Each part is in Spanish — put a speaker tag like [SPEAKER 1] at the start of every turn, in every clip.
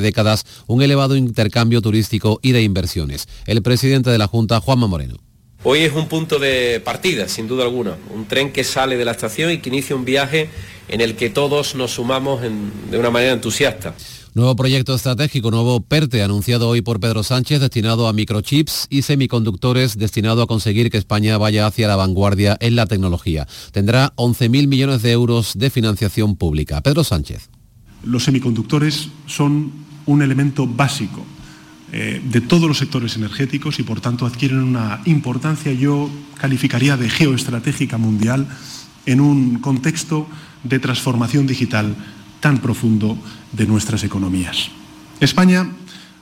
[SPEAKER 1] décadas un elevado intercambio turístico y de inversiones. El presidente de la Junta, Juanma Moreno.
[SPEAKER 2] Hoy es un punto de partida, sin duda alguna, un tren que sale de la estación y que inicia un viaje en el que todos nos sumamos en, de una manera entusiasta.
[SPEAKER 1] Nuevo proyecto estratégico, nuevo PERTE, anunciado hoy por Pedro Sánchez, destinado a microchips y semiconductores, destinado a conseguir que España vaya hacia la vanguardia en la tecnología. Tendrá 11.000 millones de euros de financiación pública. Pedro Sánchez.
[SPEAKER 3] Los semiconductores son un elemento básico eh, de todos los sectores energéticos y por tanto adquieren una importancia, yo calificaría de geoestratégica mundial, en un contexto de transformación digital tan profundo de nuestras economías. España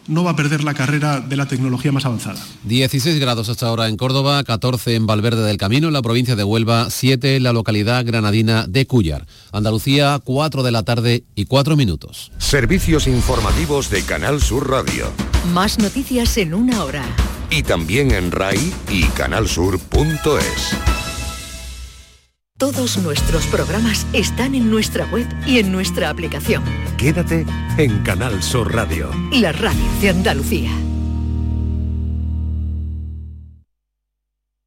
[SPEAKER 3] no va a perder la carrera de la tecnología más avanzada.
[SPEAKER 1] 16 grados hasta ahora en Córdoba, 14 en Valverde del Camino, en la provincia de Huelva, 7 en la localidad granadina de Cúllar. Andalucía, 4 de la tarde y 4 minutos.
[SPEAKER 4] Servicios informativos de Canal Sur Radio.
[SPEAKER 5] Más noticias en una hora.
[SPEAKER 4] Y también en RAI y canalsur.es.
[SPEAKER 5] Todos nuestros programas están en nuestra web y en nuestra aplicación.
[SPEAKER 4] Quédate en Canal Sur Radio.
[SPEAKER 5] La radio de Andalucía.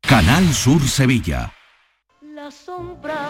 [SPEAKER 6] Canal Sur Sevilla.
[SPEAKER 7] La sombra,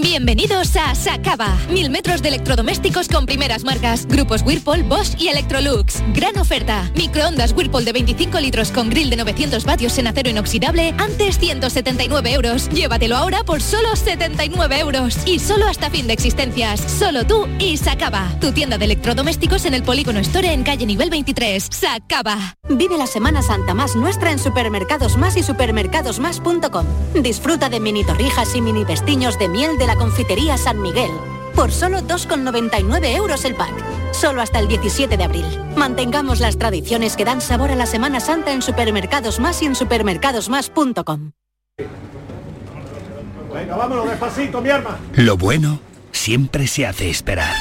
[SPEAKER 8] Bienvenidos a Sacaba. Mil metros de electrodomésticos con primeras marcas. Grupos Whirlpool, Bosch y Electrolux. Gran oferta. Microondas Whirlpool de 25 litros con grill de 900 vatios en acero inoxidable. Antes 179 euros. Llévatelo ahora por solo 79 euros. Y solo hasta fin de existencias. Solo tú y Sacaba. Tu tienda de electrodomésticos en el Polígono Store en calle nivel 23. Sacaba.
[SPEAKER 9] Vive la Semana Santa más nuestra en Supermercados Más y supermercadosmás.com. Disfruta de mini torrijas y mini pestiños de miel de la confitería San Miguel. Por solo 2,99 euros el pack. Solo hasta el 17 de abril. Mantengamos las tradiciones que dan sabor a la Semana Santa en supermercados más y en supermercadosmás.com.
[SPEAKER 10] Venga, vámonos, despacito, mi arma.
[SPEAKER 6] Lo bueno siempre se hace esperar.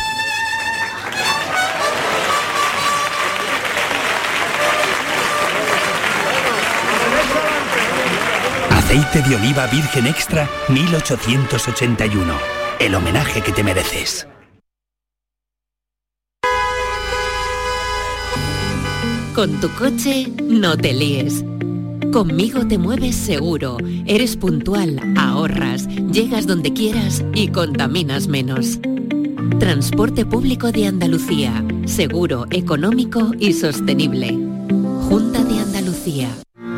[SPEAKER 6] Aceite de oliva virgen extra 1881. El homenaje que te mereces.
[SPEAKER 5] Con tu coche no te líes. Conmigo te mueves seguro, eres puntual, ahorras, llegas donde quieras y contaminas menos. Transporte público de Andalucía, seguro, económico y sostenible. Junta de Andalucía.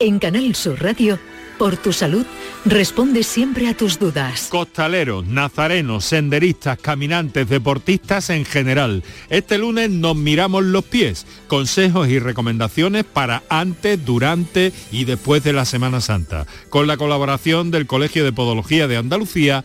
[SPEAKER 5] En Canal Sur Radio, por tu salud, responde siempre a tus dudas.
[SPEAKER 11] Costaleros, nazarenos, senderistas, caminantes, deportistas en general. Este lunes nos miramos los pies. Consejos y recomendaciones para antes, durante y después de la Semana Santa. Con la colaboración del Colegio de Podología de Andalucía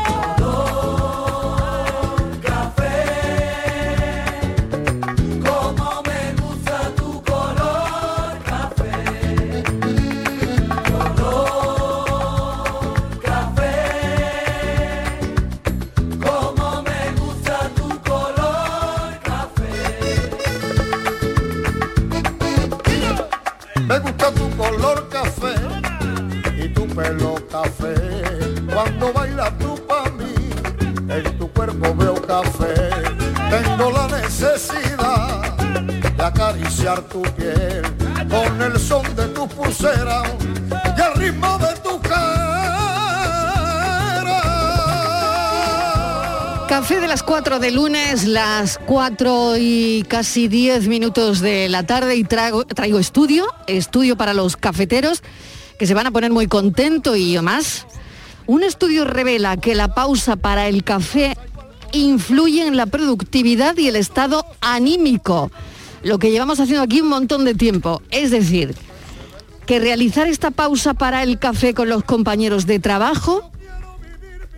[SPEAKER 12] Como me gusta tu color café, color café. Como me gusta tu color café.
[SPEAKER 13] Me gusta tu color café y tu pelo café. Cuando bailas tú pa' mí, en tu cuerpo veo café. Tengo la necesidad de acariciar tu piel con el son de tu pulsera y el ritmo de tu
[SPEAKER 14] Café de las 4 de lunes, las 4 y casi 10 minutos de la tarde y traigo, traigo estudio, estudio para los cafeteros que se van a poner muy contentos y más. Un estudio revela que la pausa para el café influye en la productividad y el estado anímico, lo que llevamos haciendo aquí un montón de tiempo. Es decir, que realizar esta pausa para el café con los compañeros de trabajo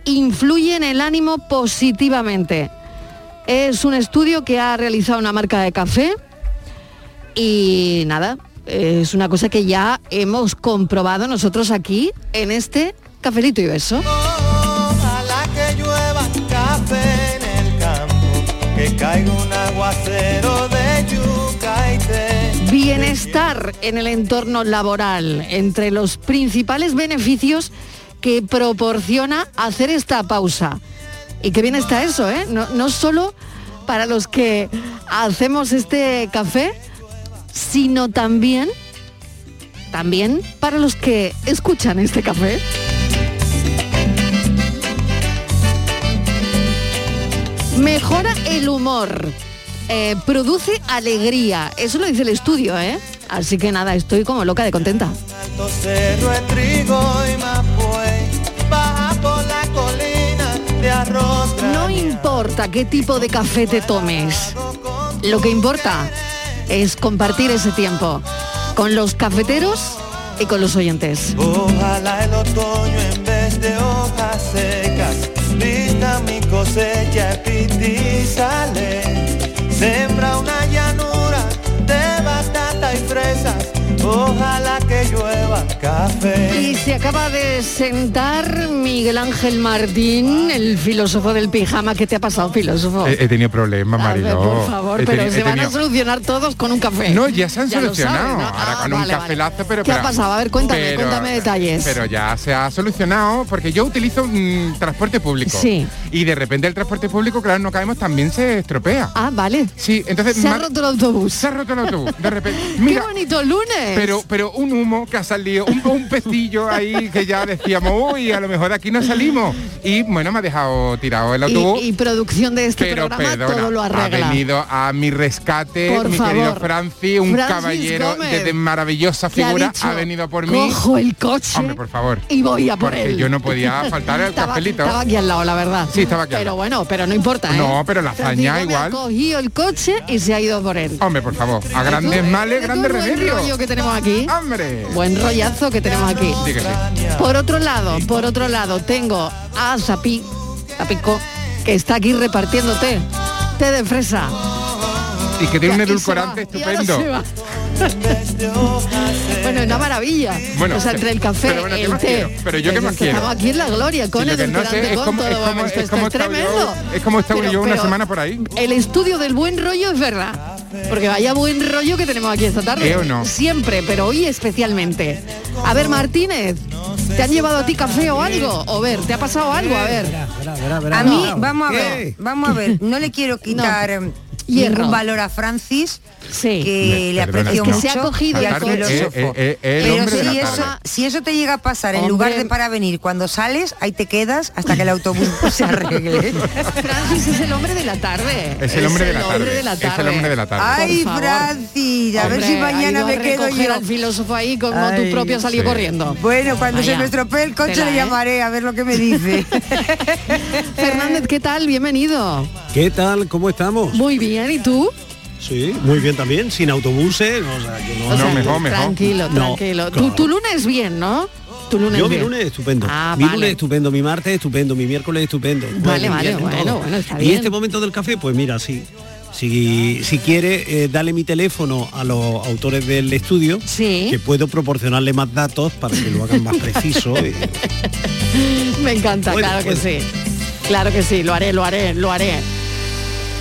[SPEAKER 14] influye en el ánimo positivamente. Es un estudio que ha realizado una marca de café y nada, es una cosa que ya hemos comprobado nosotros aquí en este cafelito y beso.
[SPEAKER 12] Ojalá que llueva café en el campo, que caiga un aguacero de yuca y té.
[SPEAKER 14] Bienestar en el entorno laboral, entre los principales beneficios que proporciona hacer esta pausa. Y qué bien está eso, ¿eh? No, no solo para los que hacemos este café, sino también, también para los que escuchan este café. Mejora el humor, eh, produce alegría, eso lo dice el estudio, ¿eh? Así que nada, estoy como loca de contenta.
[SPEAKER 12] Alto cerro de trigo y mapue, baja por la colina de arroz.
[SPEAKER 14] No importa qué tipo de café te tomes, lo que importa es compartir ese tiempo con los cafeteros y con los oyentes.
[SPEAKER 12] Ojalá el otoño en vez de hojas secas, vista mi cosecha y sale. Sembra una llanura de batata y fresas, ojalá que llueva café.
[SPEAKER 14] Y se acaba de sentar Miguel Ángel Martín, el filósofo del pijama. ¿Qué te ha pasado, filósofo?
[SPEAKER 15] He, he tenido problemas,
[SPEAKER 14] A ver,
[SPEAKER 15] Eh, Mariló.
[SPEAKER 14] Oh. por favor,
[SPEAKER 15] He
[SPEAKER 14] pero
[SPEAKER 15] teni-
[SPEAKER 14] se
[SPEAKER 15] he
[SPEAKER 14] van a
[SPEAKER 15] tenido-
[SPEAKER 14] solucionar todos con un café.
[SPEAKER 15] No, ya se han
[SPEAKER 14] lo
[SPEAKER 15] solucionado.
[SPEAKER 14] sabes, ¿no?
[SPEAKER 15] Ahora
[SPEAKER 14] Ah,
[SPEAKER 15] con
[SPEAKER 14] vale,
[SPEAKER 15] un
[SPEAKER 14] vale.
[SPEAKER 15] cafelazo, pero
[SPEAKER 14] ¿Qué ha
[SPEAKER 15] pero-
[SPEAKER 14] pasado? A ver, cuéntame, cuéntame detalles.
[SPEAKER 15] Pero ya se ha solucionado porque yo utilizo mm, transporte público.
[SPEAKER 14] Sí.
[SPEAKER 15] Y de repente el transporte público, claro, no caemos, también se estropea.
[SPEAKER 14] Ah, vale.
[SPEAKER 15] Sí, entonces
[SPEAKER 14] Se ha
[SPEAKER 15] Mar-
[SPEAKER 14] roto el autobús.
[SPEAKER 15] Se ha roto el autobús. De repente.
[SPEAKER 14] ¡Qué bonito lunes!
[SPEAKER 15] Pero, pero un humo que ha salido, un, un pestillo ahí que ya decíamos, uy, a lo mejor de aquí no salimos. Y bueno, me ha dejado tirado el autobús.
[SPEAKER 14] y, y producción de este
[SPEAKER 15] pero
[SPEAKER 14] programa
[SPEAKER 15] perdona,
[SPEAKER 14] todo lo
[SPEAKER 15] ha
[SPEAKER 14] arregla.
[SPEAKER 15] venido a mi rescate,
[SPEAKER 14] Por
[SPEAKER 15] mi querido
[SPEAKER 14] favor.
[SPEAKER 15] Franci, un
[SPEAKER 14] Francis
[SPEAKER 15] caballero
[SPEAKER 14] Gómez,
[SPEAKER 15] de, de maravillosa
[SPEAKER 14] que ha
[SPEAKER 15] figura,
[SPEAKER 14] dicho,
[SPEAKER 15] ha, venido a por mí.
[SPEAKER 14] "Cojo el coche
[SPEAKER 15] Hombre, por favor.
[SPEAKER 14] y voy a por
[SPEAKER 15] Porque
[SPEAKER 14] él".
[SPEAKER 15] yo no podía faltar el
[SPEAKER 14] Estaba-
[SPEAKER 15] papelito.
[SPEAKER 14] Estaba aquí al lado, la verdad.
[SPEAKER 15] Sí, estaba aquí al
[SPEAKER 14] Pero
[SPEAKER 15] lado.
[SPEAKER 14] bueno, pero no importa, ¿eh?
[SPEAKER 15] No, pero la hazaña
[SPEAKER 14] Francisco me
[SPEAKER 15] igual.
[SPEAKER 14] Ha cogido el coche y se ha ido por él.
[SPEAKER 15] Hombre, por favor, a grandes
[SPEAKER 14] Tú,
[SPEAKER 15] males,
[SPEAKER 14] tú,
[SPEAKER 15] grandes
[SPEAKER 14] el buen
[SPEAKER 15] remedios.
[SPEAKER 14] rollo que tenemos aquí.
[SPEAKER 15] Hombre.
[SPEAKER 14] Buen rollazo que tenemos aquí.
[SPEAKER 15] Sí que sí.
[SPEAKER 14] Por otro lado, por otro lado, tengo a Zapi, Zapico, que está aquí repartiendo té. Té de fresa.
[SPEAKER 15] Y que tiene un
[SPEAKER 14] Ya, y se
[SPEAKER 15] edulcorante
[SPEAKER 14] va, y ahora
[SPEAKER 15] estupendo.
[SPEAKER 14] se va. bueno, una maravilla.
[SPEAKER 15] Bueno,
[SPEAKER 14] o sea,
[SPEAKER 15] sí.
[SPEAKER 14] entre el café,
[SPEAKER 15] Pero bueno, ¿qué
[SPEAKER 14] el
[SPEAKER 15] más
[SPEAKER 14] té.
[SPEAKER 15] quiero? Pero yo, ¿qué
[SPEAKER 14] Pues
[SPEAKER 15] más
[SPEAKER 14] es que
[SPEAKER 15] quiero?
[SPEAKER 14] Estamos aquí en la gloria con
[SPEAKER 15] Sí, lo que no
[SPEAKER 14] edulcorante,
[SPEAKER 15] sé es
[SPEAKER 14] con
[SPEAKER 15] cómo-
[SPEAKER 14] todo.
[SPEAKER 15] es cómo-
[SPEAKER 14] Vamos, esto
[SPEAKER 15] es cómo
[SPEAKER 14] es
[SPEAKER 15] he estado yo-
[SPEAKER 14] tremendo.
[SPEAKER 15] es cómo he estado
[SPEAKER 14] Pero-
[SPEAKER 15] yo una
[SPEAKER 14] pero
[SPEAKER 15] semana por ahí.
[SPEAKER 14] El estudio del buen rollo es verdad. Porque vaya buen rollo que tenemos aquí esta tarde.
[SPEAKER 15] ¿Eh o no?
[SPEAKER 14] Siempre, pero hoy especialmente. A ver, Martínez, ¿te han llevado a ti café o algo? O ver, ¿te ha pasado algo? A ver.
[SPEAKER 16] A mí, vamos a ver, vamos a ver, no le quiero quitar,
[SPEAKER 14] Hierro.
[SPEAKER 17] ningún valor a Francis, que
[SPEAKER 14] eh,
[SPEAKER 15] Me-
[SPEAKER 17] le
[SPEAKER 15] perdona,
[SPEAKER 17] aprecio
[SPEAKER 15] Es que
[SPEAKER 17] mucho.
[SPEAKER 15] se ha cogido
[SPEAKER 17] y
[SPEAKER 15] el
[SPEAKER 17] al
[SPEAKER 15] coche.
[SPEAKER 17] filósofo.
[SPEAKER 15] Eh, eh, eh, el
[SPEAKER 17] Pero
[SPEAKER 15] hombre de
[SPEAKER 17] si
[SPEAKER 15] la
[SPEAKER 17] eso,
[SPEAKER 15] tarde.
[SPEAKER 17] si eso te llega a pasar en lugar de para venir, cuando sales, ahí te quedas hasta que el autobús se arregle.
[SPEAKER 14] Francis es el hombre de la tarde.
[SPEAKER 15] Es el hombre de la
[SPEAKER 14] hombre
[SPEAKER 15] tarde,
[SPEAKER 14] de la
[SPEAKER 15] es el
[SPEAKER 14] tarde.
[SPEAKER 15] hombre de la tarde.
[SPEAKER 17] Ay,
[SPEAKER 14] Por favor.
[SPEAKER 17] Francis, a ver si
[SPEAKER 14] Hombre, ha
[SPEAKER 17] mañana
[SPEAKER 14] ido a
[SPEAKER 17] me quedo
[SPEAKER 14] recoger
[SPEAKER 17] yo.
[SPEAKER 14] al filósofo ahí como
[SPEAKER 17] Ay,
[SPEAKER 14] tu propio salió
[SPEAKER 17] sí.
[SPEAKER 14] corriendo.
[SPEAKER 17] Bueno, cuando se
[SPEAKER 14] Vaya.
[SPEAKER 17] me estropee el coche
[SPEAKER 14] Tela,
[SPEAKER 17] le
[SPEAKER 14] ¿eh?
[SPEAKER 17] llamaré a ver lo que me dice.
[SPEAKER 14] Fernández, ¿qué tal? Bienvenido.
[SPEAKER 18] ¿Qué tal? ¿Cómo estamos?
[SPEAKER 14] Muy bien, ¿y tú?
[SPEAKER 18] Sí, muy bien también, sin autobuses. O sea, que no,
[SPEAKER 14] O sea, Tranquilo,
[SPEAKER 18] No,
[SPEAKER 14] tranquilo. Tu-
[SPEAKER 18] claro.
[SPEAKER 14] Tu, lunes bien, ¿no? Tu lunes
[SPEAKER 18] Yo mi
[SPEAKER 14] bien.
[SPEAKER 18] lunes estupendo.
[SPEAKER 14] Ah,
[SPEAKER 18] mi
[SPEAKER 14] vale.
[SPEAKER 18] lunes estupendo, mi martes estupendo, mi miércoles estupendo.
[SPEAKER 14] Vale,
[SPEAKER 18] Bueno,
[SPEAKER 14] vale,
[SPEAKER 18] bien,
[SPEAKER 14] bueno,
[SPEAKER 18] todo.
[SPEAKER 14] bueno, está
[SPEAKER 18] Y
[SPEAKER 14] bien.
[SPEAKER 18] este momento del café, pues mira, sí. Si, si quiere, eh, dale mi teléfono a los autores del estudio, que puedo proporcionarle más datos para que lo hagan más preciso. y-
[SPEAKER 14] Me encanta,
[SPEAKER 18] Bueno,
[SPEAKER 14] claro
[SPEAKER 18] bueno.
[SPEAKER 14] que sí. Claro que sí, lo haré, lo haré, lo haré.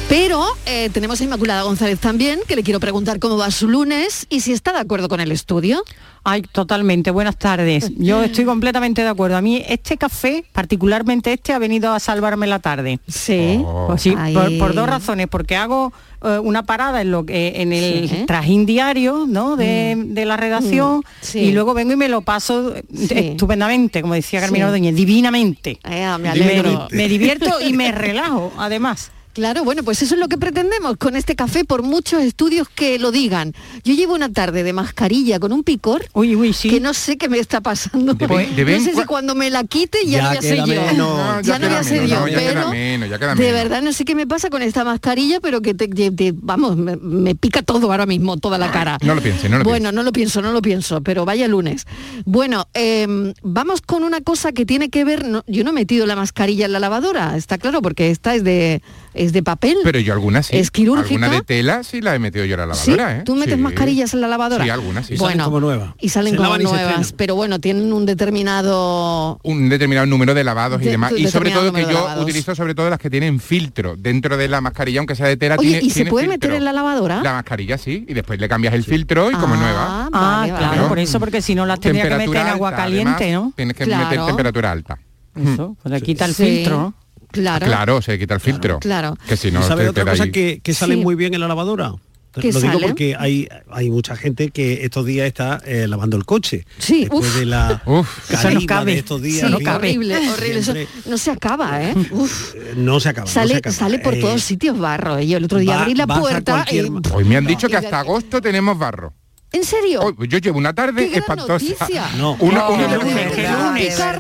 [SPEAKER 14] Pero eh, tenemos a Inmaculada González también, que le quiero preguntar cómo va su lunes y si está de acuerdo con el estudio.
[SPEAKER 19] Ay, totalmente. Buenas tardes. Yo estoy completamente de acuerdo. A mí este café, particularmente este, ha venido a salvarme la tarde.
[SPEAKER 14] Sí.
[SPEAKER 19] Pues sí,
[SPEAKER 14] Ay.
[SPEAKER 19] por, por dos razones. Porque hago eh, una parada en lo que eh, en el
[SPEAKER 14] Sí.
[SPEAKER 19] trajín diario, ¿no? De, de la redacción
[SPEAKER 14] Mm, sí.
[SPEAKER 19] y luego vengo y me lo paso eh,
[SPEAKER 14] Sí.
[SPEAKER 19] estupendamente, como decía Carmina
[SPEAKER 14] Sí. Eh,
[SPEAKER 19] Ordóñez, divinamente.
[SPEAKER 14] me alegro.
[SPEAKER 19] me divierto y me relajo, además.
[SPEAKER 14] Claro, bueno, pues eso es lo que pretendemos con este café, por muchos estudios que lo digan. Yo llevo una tarde de mascarilla con un picor que no sé qué me está pasando.
[SPEAKER 15] Pues, de vez
[SPEAKER 14] no
[SPEAKER 15] en
[SPEAKER 14] sé si
[SPEAKER 15] cua-
[SPEAKER 14] cuando me la quite ya, no voy a ser yo.
[SPEAKER 15] No,
[SPEAKER 14] ya, no voy a
[SPEAKER 15] queda
[SPEAKER 14] ser
[SPEAKER 15] menos,
[SPEAKER 14] yo,
[SPEAKER 15] no, ya queda
[SPEAKER 14] pero
[SPEAKER 15] menos, ya queda
[SPEAKER 14] de
[SPEAKER 15] menos.
[SPEAKER 14] verdad no sé qué me pasa con esta mascarilla, pero que te, te- te- vamos, me, me pica todo ahora mismo, toda la cara.
[SPEAKER 15] No lo piense, no lo
[SPEAKER 14] Bueno, no lo pienso, no lo pienso, pero vaya lunes. Bueno, eh, vamos con una cosa que tiene que ver, no- yo no he metido la mascarilla en la lavadora, está claro, porque esta es de, es de papel.
[SPEAKER 15] Pero yo algunas sí.
[SPEAKER 14] ¿Es quirúrgica?
[SPEAKER 15] Alguna de tela sí la he metido yo a la
[SPEAKER 14] Sí,
[SPEAKER 15] lavadora, ¿eh?
[SPEAKER 14] tú metes
[SPEAKER 15] Sí.
[SPEAKER 14] mascarillas en la lavadora.
[SPEAKER 15] Sí, algunas sí.
[SPEAKER 14] Bueno, Y salen
[SPEAKER 15] Se
[SPEAKER 14] como
[SPEAKER 15] lavan y se
[SPEAKER 14] nuevas,
[SPEAKER 15] estrenan.
[SPEAKER 14] pero bueno, tienen un determinado
[SPEAKER 15] un determinado número de lavados y
[SPEAKER 14] De-
[SPEAKER 15] demás
[SPEAKER 14] de-
[SPEAKER 15] y sobre
[SPEAKER 14] determinado
[SPEAKER 15] todo que
[SPEAKER 14] número de
[SPEAKER 15] yo
[SPEAKER 14] lavados.
[SPEAKER 15] utilizo sobre todo las que tienen filtro dentro de la mascarilla aunque sea de tela
[SPEAKER 14] Oye,
[SPEAKER 15] tiene,
[SPEAKER 14] ¿y se
[SPEAKER 15] tiene
[SPEAKER 14] puede
[SPEAKER 15] filtro.
[SPEAKER 14] meter en la lavadora?
[SPEAKER 15] la mascarilla sí y después le cambias el filtro y como es nueva
[SPEAKER 19] Ah, claro,
[SPEAKER 15] Claro.
[SPEAKER 19] por eso, porque si no las tendría que meter en agua
[SPEAKER 15] alta,
[SPEAKER 19] caliente,
[SPEAKER 15] además,
[SPEAKER 19] ¿no?
[SPEAKER 15] tienes que meter temperatura alta
[SPEAKER 20] Mm.
[SPEAKER 19] Eso, pues le quita el
[SPEAKER 14] Sí.
[SPEAKER 19] filtro, ¿no?
[SPEAKER 14] Claro.
[SPEAKER 15] Ah, claro se quita el filtro
[SPEAKER 14] claro.
[SPEAKER 15] que si no
[SPEAKER 18] ¿Y sabes
[SPEAKER 15] te
[SPEAKER 18] otra
[SPEAKER 15] queda
[SPEAKER 18] cosa
[SPEAKER 15] ahí-
[SPEAKER 18] que, que sale
[SPEAKER 15] Sí.
[SPEAKER 18] muy bien en la lavadora?
[SPEAKER 15] ¿Qué
[SPEAKER 18] Lo digo
[SPEAKER 15] sale?
[SPEAKER 18] porque hay, hay mucha gente que estos días está eh, lavando el coche.
[SPEAKER 14] Sí,
[SPEAKER 18] Después
[SPEAKER 14] uf.
[SPEAKER 18] de la
[SPEAKER 15] Uf,
[SPEAKER 18] calima de estos días.
[SPEAKER 14] Sí,
[SPEAKER 18] en fin,
[SPEAKER 14] horrible, horrible. Eso no se acaba, ¿eh? Uf,
[SPEAKER 18] eh, No se acaba. no
[SPEAKER 14] sale,
[SPEAKER 18] se acaba.
[SPEAKER 14] sale por
[SPEAKER 18] Eh,
[SPEAKER 14] todos sitios barro. eh. Yo el otro día
[SPEAKER 15] va-
[SPEAKER 14] abrí la
[SPEAKER 15] vas a
[SPEAKER 14] puerta y...
[SPEAKER 15] cualquier ma- hoy me han dicho que hasta agosto tenemos barro
[SPEAKER 14] ¿En serio?
[SPEAKER 15] Hoy- Pues yo llevo una tarde
[SPEAKER 14] ¡Qué gran
[SPEAKER 15] espantosa
[SPEAKER 14] noticia!
[SPEAKER 15] no.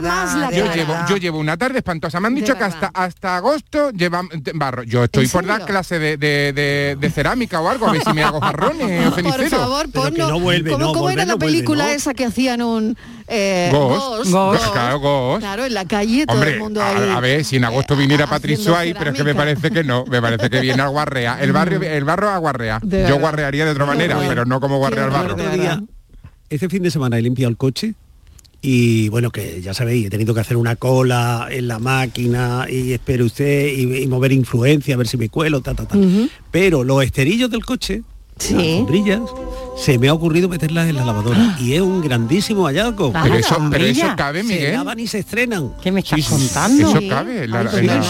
[SPEAKER 14] Más la
[SPEAKER 15] yo
[SPEAKER 14] cara.
[SPEAKER 15] llevo, yo llevo una tarde espantosa. Me han dicho que hasta, hasta agosto llevan barro. Yo estoy
[SPEAKER 14] ¿En
[SPEAKER 15] por dar
[SPEAKER 14] serio?
[SPEAKER 15] clase de, de- de- de cerámica o algo, a ver si me hago jarrones o
[SPEAKER 14] Por
[SPEAKER 15] ceniceros.
[SPEAKER 14] favor, ponlo. ¿Cómo, cómo era la película esa que hacían un... Eh,
[SPEAKER 15] Ghost, Ghost, claro, Ghost.
[SPEAKER 14] Claro, en la calle todo
[SPEAKER 15] Hombre,
[SPEAKER 14] el mundo ahí. Eh, ah,
[SPEAKER 15] a, a ver, si en agosto viniera Patrick Suárez, pero es que me parece que no, me parece que viene a guarrea. El, barrio,
[SPEAKER 14] Mm.
[SPEAKER 15] el barro a guarrea.
[SPEAKER 18] De
[SPEAKER 15] Yo
[SPEAKER 18] verdad.
[SPEAKER 15] guarrearía de otra manera,
[SPEAKER 18] verdad.
[SPEAKER 15] pero no como guarrea al barro.
[SPEAKER 18] Otro día, este fin de semana he limpiado el coche y bueno, que ya sabéis, he tenido que hacer una cola en la máquina y espere usted y, y mover influencia, a ver si me cuelo, ta, ta, ta. Pero los esterillos del coche, las sombrillas, se me ha ocurrido meterlas en la lavadora y es un grandísimo hallazgo.
[SPEAKER 15] Pero eso- pero eso Sombrilla. cabe,
[SPEAKER 18] Se
[SPEAKER 15] Miguel.
[SPEAKER 18] lavan y se estrenan.
[SPEAKER 19] ¿Qué me estás
[SPEAKER 18] contando?
[SPEAKER 15] Eso cabe. en la- en la-
[SPEAKER 19] Pero si las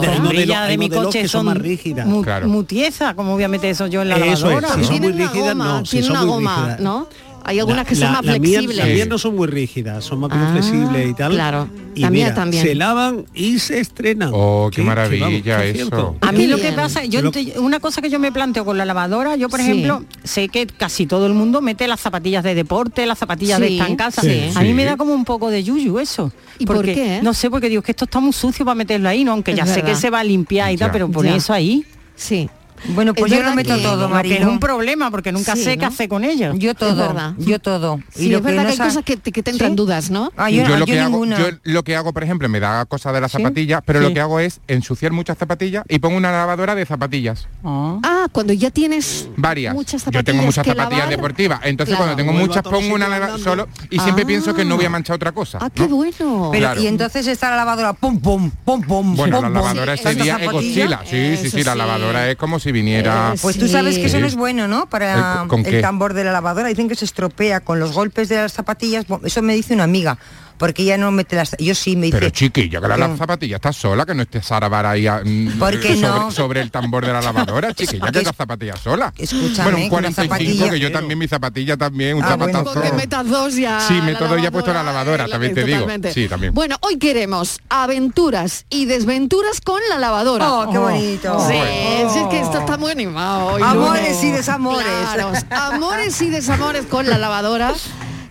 [SPEAKER 19] sombrillas de mi coche son
[SPEAKER 18] más rígidas.
[SPEAKER 19] mu-
[SPEAKER 15] Claro.
[SPEAKER 19] mu tieza, ¿cómo voy a meter eso yo en la
[SPEAKER 18] Eso es,
[SPEAKER 19] lavadora?
[SPEAKER 18] si son muy rígidas, no. si
[SPEAKER 14] tiene
[SPEAKER 18] son
[SPEAKER 14] una
[SPEAKER 18] muy
[SPEAKER 14] goma,
[SPEAKER 18] rígidas,
[SPEAKER 14] ¿no? Hay algunas que son más
[SPEAKER 18] la mía-
[SPEAKER 14] flexibles.
[SPEAKER 18] las mías no son muy rígidas, son más bien
[SPEAKER 14] Ah,
[SPEAKER 18] flexibles y tal.
[SPEAKER 14] claro.
[SPEAKER 18] Y
[SPEAKER 14] La mía
[SPEAKER 18] mira,
[SPEAKER 14] también.
[SPEAKER 18] se lavan y se estrenan.
[SPEAKER 15] Oh,
[SPEAKER 18] Que-
[SPEAKER 15] qué
[SPEAKER 18] que vamos,
[SPEAKER 15] maravilla
[SPEAKER 18] por
[SPEAKER 15] eso.
[SPEAKER 18] cierto.
[SPEAKER 19] A mí lo que pasa, yo
[SPEAKER 18] Lo-
[SPEAKER 19] ente- una cosa que yo me planteo con la lavadora, yo por
[SPEAKER 18] Sí.
[SPEAKER 19] ejemplo, sé que casi todo el mundo mete las zapatillas de deporte, las zapatillas
[SPEAKER 14] Sí.
[SPEAKER 19] de estar en casa.
[SPEAKER 14] Sí.
[SPEAKER 19] A mí me
[SPEAKER 14] Sí.
[SPEAKER 19] da como un poco de yuyu eso.
[SPEAKER 14] ¿Y por qué?
[SPEAKER 19] No sé, porque digo que esto está muy sucio para meterlo ahí, ¿no? Aunque
[SPEAKER 14] Es
[SPEAKER 19] ya sé
[SPEAKER 14] verdad.
[SPEAKER 19] que se va a limpiar y tal,
[SPEAKER 14] Ya.
[SPEAKER 19] pero por
[SPEAKER 14] Ya.
[SPEAKER 19] eso ahí.
[SPEAKER 14] Sí.
[SPEAKER 19] Bueno, pues
[SPEAKER 14] Es
[SPEAKER 19] yo lo
[SPEAKER 14] verdad
[SPEAKER 19] meto
[SPEAKER 14] que-
[SPEAKER 19] todo,
[SPEAKER 14] lo que
[SPEAKER 19] Marilo.
[SPEAKER 14] es un
[SPEAKER 19] problema, porque nunca sé qué hacer con ello.
[SPEAKER 17] Yo todo,
[SPEAKER 19] Es verdad.
[SPEAKER 17] yo todo.
[SPEAKER 14] Sí, es verdad que hay cosas que te, que te entran dudas, Ah, ¿no?
[SPEAKER 15] Ah, yo, lo que hago, yo lo que hago, por ejemplo, me da cosa de las
[SPEAKER 14] ¿Sí?
[SPEAKER 15] zapatillas, pero
[SPEAKER 14] Sí.
[SPEAKER 15] lo que hago es ensuciar muchas zapatillas y pongo una lavadora de zapatillas.
[SPEAKER 14] Ah, cuando ya tienes
[SPEAKER 15] Varias.
[SPEAKER 14] muchas
[SPEAKER 15] Yo
[SPEAKER 14] zapatillas
[SPEAKER 15] tengo muchas
[SPEAKER 14] que
[SPEAKER 15] zapatillas
[SPEAKER 14] lavar.
[SPEAKER 15] deportivas. Entonces
[SPEAKER 14] Claro.
[SPEAKER 15] cuando tengo
[SPEAKER 14] Vuelvo a
[SPEAKER 15] muchas
[SPEAKER 14] todos
[SPEAKER 15] pongo una lava- solo y siempre pienso que no voy a manchar otra cosa.
[SPEAKER 17] Ah,
[SPEAKER 14] Qué bueno.
[SPEAKER 17] Pero,
[SPEAKER 15] Ah, Claro.
[SPEAKER 17] Y entonces está la lavadora, pum, pum, pum, pum.
[SPEAKER 15] Bueno,
[SPEAKER 17] pum,
[SPEAKER 15] la
[SPEAKER 17] pum.
[SPEAKER 15] lavadora ese
[SPEAKER 17] Tanta
[SPEAKER 15] día es
[SPEAKER 17] zapatilla.
[SPEAKER 15] Godzilla. Sí, sí, sí, la lavadora es como si viniera...
[SPEAKER 17] Pues tú sabes que eso no es bueno, ¿no?
[SPEAKER 15] Eh,
[SPEAKER 17] Para
[SPEAKER 15] ¿con- con
[SPEAKER 17] el
[SPEAKER 15] qué?
[SPEAKER 17] tambor de la lavadora. Dicen que se estropea con los golpes de las zapatillas. Bueno, Eso me dice una amiga. porque ella no mete las... Yo sí me dice...
[SPEAKER 15] Pero chiquilla, que la,
[SPEAKER 17] No.
[SPEAKER 15] las zapatillas está sola, que no esté Sara Vara ahí ah, mm,
[SPEAKER 17] ¿Por qué
[SPEAKER 15] sobre,
[SPEAKER 17] no?
[SPEAKER 15] sobre el tambor de la lavadora, chiquilla, que las zapatillas sola.
[SPEAKER 17] Escúchame,
[SPEAKER 15] bueno,
[SPEAKER 17] que
[SPEAKER 15] un
[SPEAKER 17] una
[SPEAKER 15] 45,
[SPEAKER 17] zapatilla-
[SPEAKER 15] que yo también mi zapatilla también, un
[SPEAKER 14] Ah, bueno,
[SPEAKER 15] zapatazo.
[SPEAKER 14] con que metas dos ya.
[SPEAKER 15] sí,
[SPEAKER 14] la eh,
[SPEAKER 15] me todo ya he puesto la lavadora, también te digo.
[SPEAKER 14] Totalmente.
[SPEAKER 15] Sí, también.
[SPEAKER 14] Bueno, hoy queremos aventuras y desventuras con la lavadora.
[SPEAKER 17] Oh, qué bonito.
[SPEAKER 14] Sí,
[SPEAKER 17] Oh.
[SPEAKER 14] sí, es que esto está muy animado. hoy,
[SPEAKER 17] Amores
[SPEAKER 14] Lulo.
[SPEAKER 17] y desamores.
[SPEAKER 14] Claro, amores y desamores con la lavadora.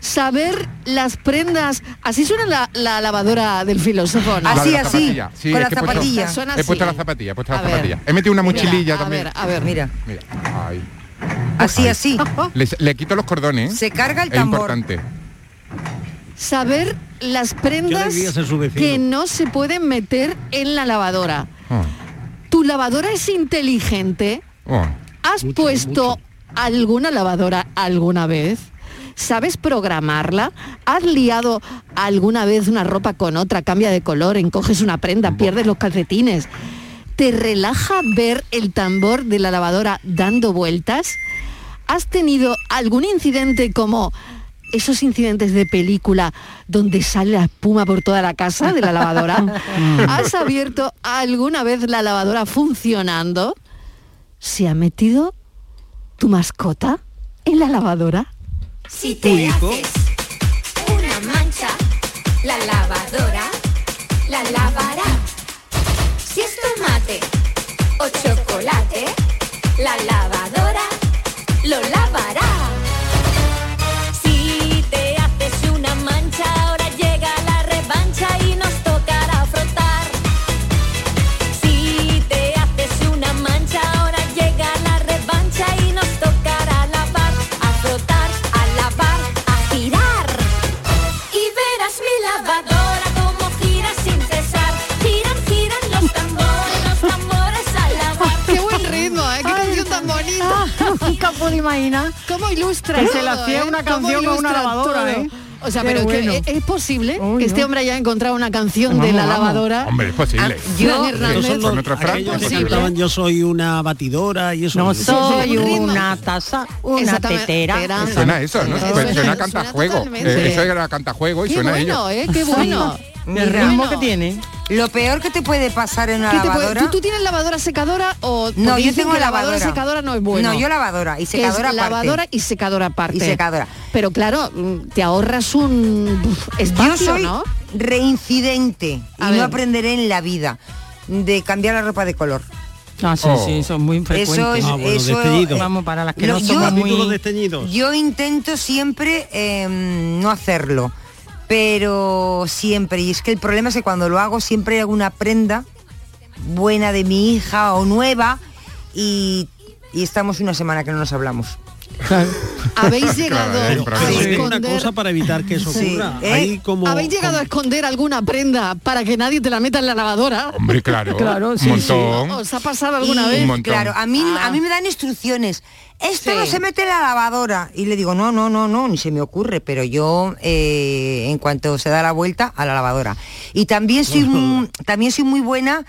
[SPEAKER 14] Saber las prendas. Así suena la, la lavadora del filósofo. ¿no?
[SPEAKER 15] La de la zapatilla. Sí, es que he puesto-
[SPEAKER 14] Suena
[SPEAKER 15] He puesto
[SPEAKER 14] así.
[SPEAKER 15] la zapatilla, he puesto
[SPEAKER 14] A
[SPEAKER 15] la
[SPEAKER 14] ver.
[SPEAKER 15] zapatilla. He metido una
[SPEAKER 14] Mira,
[SPEAKER 15] mochililla
[SPEAKER 14] a
[SPEAKER 15] también.
[SPEAKER 14] ver, a ver. Mira.
[SPEAKER 15] Mira, ay.
[SPEAKER 17] Así, así.
[SPEAKER 15] Le, le quito los cordones. ¿eh?
[SPEAKER 14] Se carga el
[SPEAKER 15] Es
[SPEAKER 14] tambor.
[SPEAKER 15] importante.
[SPEAKER 14] Saber las prendas
[SPEAKER 15] diría ser su vecino.
[SPEAKER 14] que no se pueden meter en la lavadora.
[SPEAKER 15] Oh,
[SPEAKER 14] Tu lavadora es inteligente.
[SPEAKER 15] oh.
[SPEAKER 14] ¿Has puesto alguna lavadora alguna vez? ¿Sabes programarla? ¿Has liado alguna vez una ropa con otra? Cambia de color, encoges una prenda, pierdes los calcetines. ¿Te relaja ver el tambor de la lavadora dando vueltas? ¿Has tenido algún incidente como esos incidentes de película donde sale la espuma por toda la casa de la lavadora? Mm. ¿Has abierto alguna vez la lavadora funcionando? ¿Se ha metido tu mascota en la lavadora?
[SPEAKER 21] Si te haces una mancha, la lavadora la lavará. Si es tomate o chocolate, la lavadora lo lavará. Si te haces una mancha, ahora llega la revancha y nos tocará frotar. Si te haces una mancha, ahora llega la revancha y nos tocará lavar, a frotar, a lavar, a girar. Y verás mi lavadora como gira sin cesar. Giran, giran los tambores, los tambores al lavar.
[SPEAKER 14] ¡Qué buen ritmo, eh! ¡Qué canción tan bonita!
[SPEAKER 19] Ah, Nunca puedo imaginar
[SPEAKER 14] cómo ilustra
[SPEAKER 19] que se le
[SPEAKER 14] todo,
[SPEAKER 19] hacía
[SPEAKER 14] ¿eh?
[SPEAKER 19] una
[SPEAKER 14] Cómo
[SPEAKER 19] canción a una
[SPEAKER 14] ilustra
[SPEAKER 19] lavadora,
[SPEAKER 14] todo.
[SPEAKER 19] ¿eh?
[SPEAKER 14] O sea,
[SPEAKER 19] Qué
[SPEAKER 14] pero que-
[SPEAKER 19] bueno.
[SPEAKER 14] ¿es, es posible
[SPEAKER 19] Uy,
[SPEAKER 14] que este
[SPEAKER 19] no.
[SPEAKER 14] hombre haya encontrado una canción de
[SPEAKER 15] Vamos,
[SPEAKER 14] la
[SPEAKER 15] vamos.
[SPEAKER 14] lavadora?
[SPEAKER 15] Hombre, es posible.
[SPEAKER 18] Ah,
[SPEAKER 14] Yo-
[SPEAKER 15] Sí,
[SPEAKER 14] Hernández.
[SPEAKER 15] con otro
[SPEAKER 18] aquellos
[SPEAKER 15] frasco,
[SPEAKER 18] que
[SPEAKER 15] posible.
[SPEAKER 18] cantaban, yo soy una batidora y eso.
[SPEAKER 19] No
[SPEAKER 18] Yo
[SPEAKER 19] soy
[SPEAKER 18] un ritmo.
[SPEAKER 19] una taza, una
[SPEAKER 14] Exactamente,
[SPEAKER 19] tetera.
[SPEAKER 14] tetera.
[SPEAKER 15] Suena eso, ¿no?
[SPEAKER 14] Suena- suena-
[SPEAKER 15] Pues suena a
[SPEAKER 14] suena
[SPEAKER 15] cantajuego.
[SPEAKER 14] totalmente.
[SPEAKER 15] Eh, eso era cantajuego y
[SPEAKER 14] Qué
[SPEAKER 15] suena
[SPEAKER 14] bueno,
[SPEAKER 15] ello.
[SPEAKER 14] ¿eh? Qué bueno.
[SPEAKER 19] El
[SPEAKER 17] Mira.
[SPEAKER 19] ritmo que tiene.
[SPEAKER 17] Lo peor que te puede pasar en una
[SPEAKER 14] ¿Qué te puede-
[SPEAKER 17] lavadora...
[SPEAKER 14] ¿tú, tú tienes lavadora secadora o
[SPEAKER 17] No,
[SPEAKER 14] porque
[SPEAKER 17] yo
[SPEAKER 14] dicen
[SPEAKER 17] tengo
[SPEAKER 14] que lavadora
[SPEAKER 17] lavadora.
[SPEAKER 14] secadora no es bueno?
[SPEAKER 17] No, yo lavadora y
[SPEAKER 14] Que es
[SPEAKER 17] secadora aparte.
[SPEAKER 14] lavadora y secadora aparte.
[SPEAKER 17] Y secadora.
[SPEAKER 14] Pero claro, mm, te ahorras un uf, espacio,
[SPEAKER 17] Yo soy
[SPEAKER 14] ¿no?
[SPEAKER 17] reincidente
[SPEAKER 14] A
[SPEAKER 17] y
[SPEAKER 14] ver.
[SPEAKER 17] no aprenderé en la vida de cambiar la ropa de color.
[SPEAKER 19] Ah, sí,
[SPEAKER 17] Oh.
[SPEAKER 19] sí, son muy frecuentes.
[SPEAKER 17] Eso es- Ah, bueno, eso- desteñido.
[SPEAKER 19] Vamos, para las que
[SPEAKER 17] Lo-
[SPEAKER 19] no
[SPEAKER 17] yo-
[SPEAKER 19] somos muy...
[SPEAKER 17] Yo intento siempre eh, no hacerlo, pero siempre. Y es que el problema es que cuando lo hago siempre hay alguna prenda buena de mi hija o nueva y, y estamos una semana que no nos hablamos.
[SPEAKER 14] ¿Habéis
[SPEAKER 18] Claro,
[SPEAKER 14] llegado
[SPEAKER 18] hay un
[SPEAKER 14] a
[SPEAKER 18] problema. Pero hay una
[SPEAKER 14] esconder...
[SPEAKER 18] cosa para evitar que eso
[SPEAKER 14] Sí,
[SPEAKER 18] ocurra.
[SPEAKER 14] ¿eh?
[SPEAKER 18] Hay como
[SPEAKER 14] ¿Habéis llegado a esconder alguna prenda para que nadie te la meta en la lavadora?
[SPEAKER 15] Hombre,
[SPEAKER 18] Oh,
[SPEAKER 15] claro.
[SPEAKER 14] Claro, sí,
[SPEAKER 15] un montón.
[SPEAKER 14] sí. ¿Os ha pasado alguna
[SPEAKER 17] Y,
[SPEAKER 14] vez?
[SPEAKER 15] Un montón.
[SPEAKER 17] Claro, a mí,
[SPEAKER 19] Ah.
[SPEAKER 17] a mí me dan instrucciones. Esto no se mete en la lavadora. Y le digo, no, no, no, no, ni se me ocurre, pero yo eh, en cuanto se da la vuelta, a la lavadora. Y también soy, mu- también soy muy buena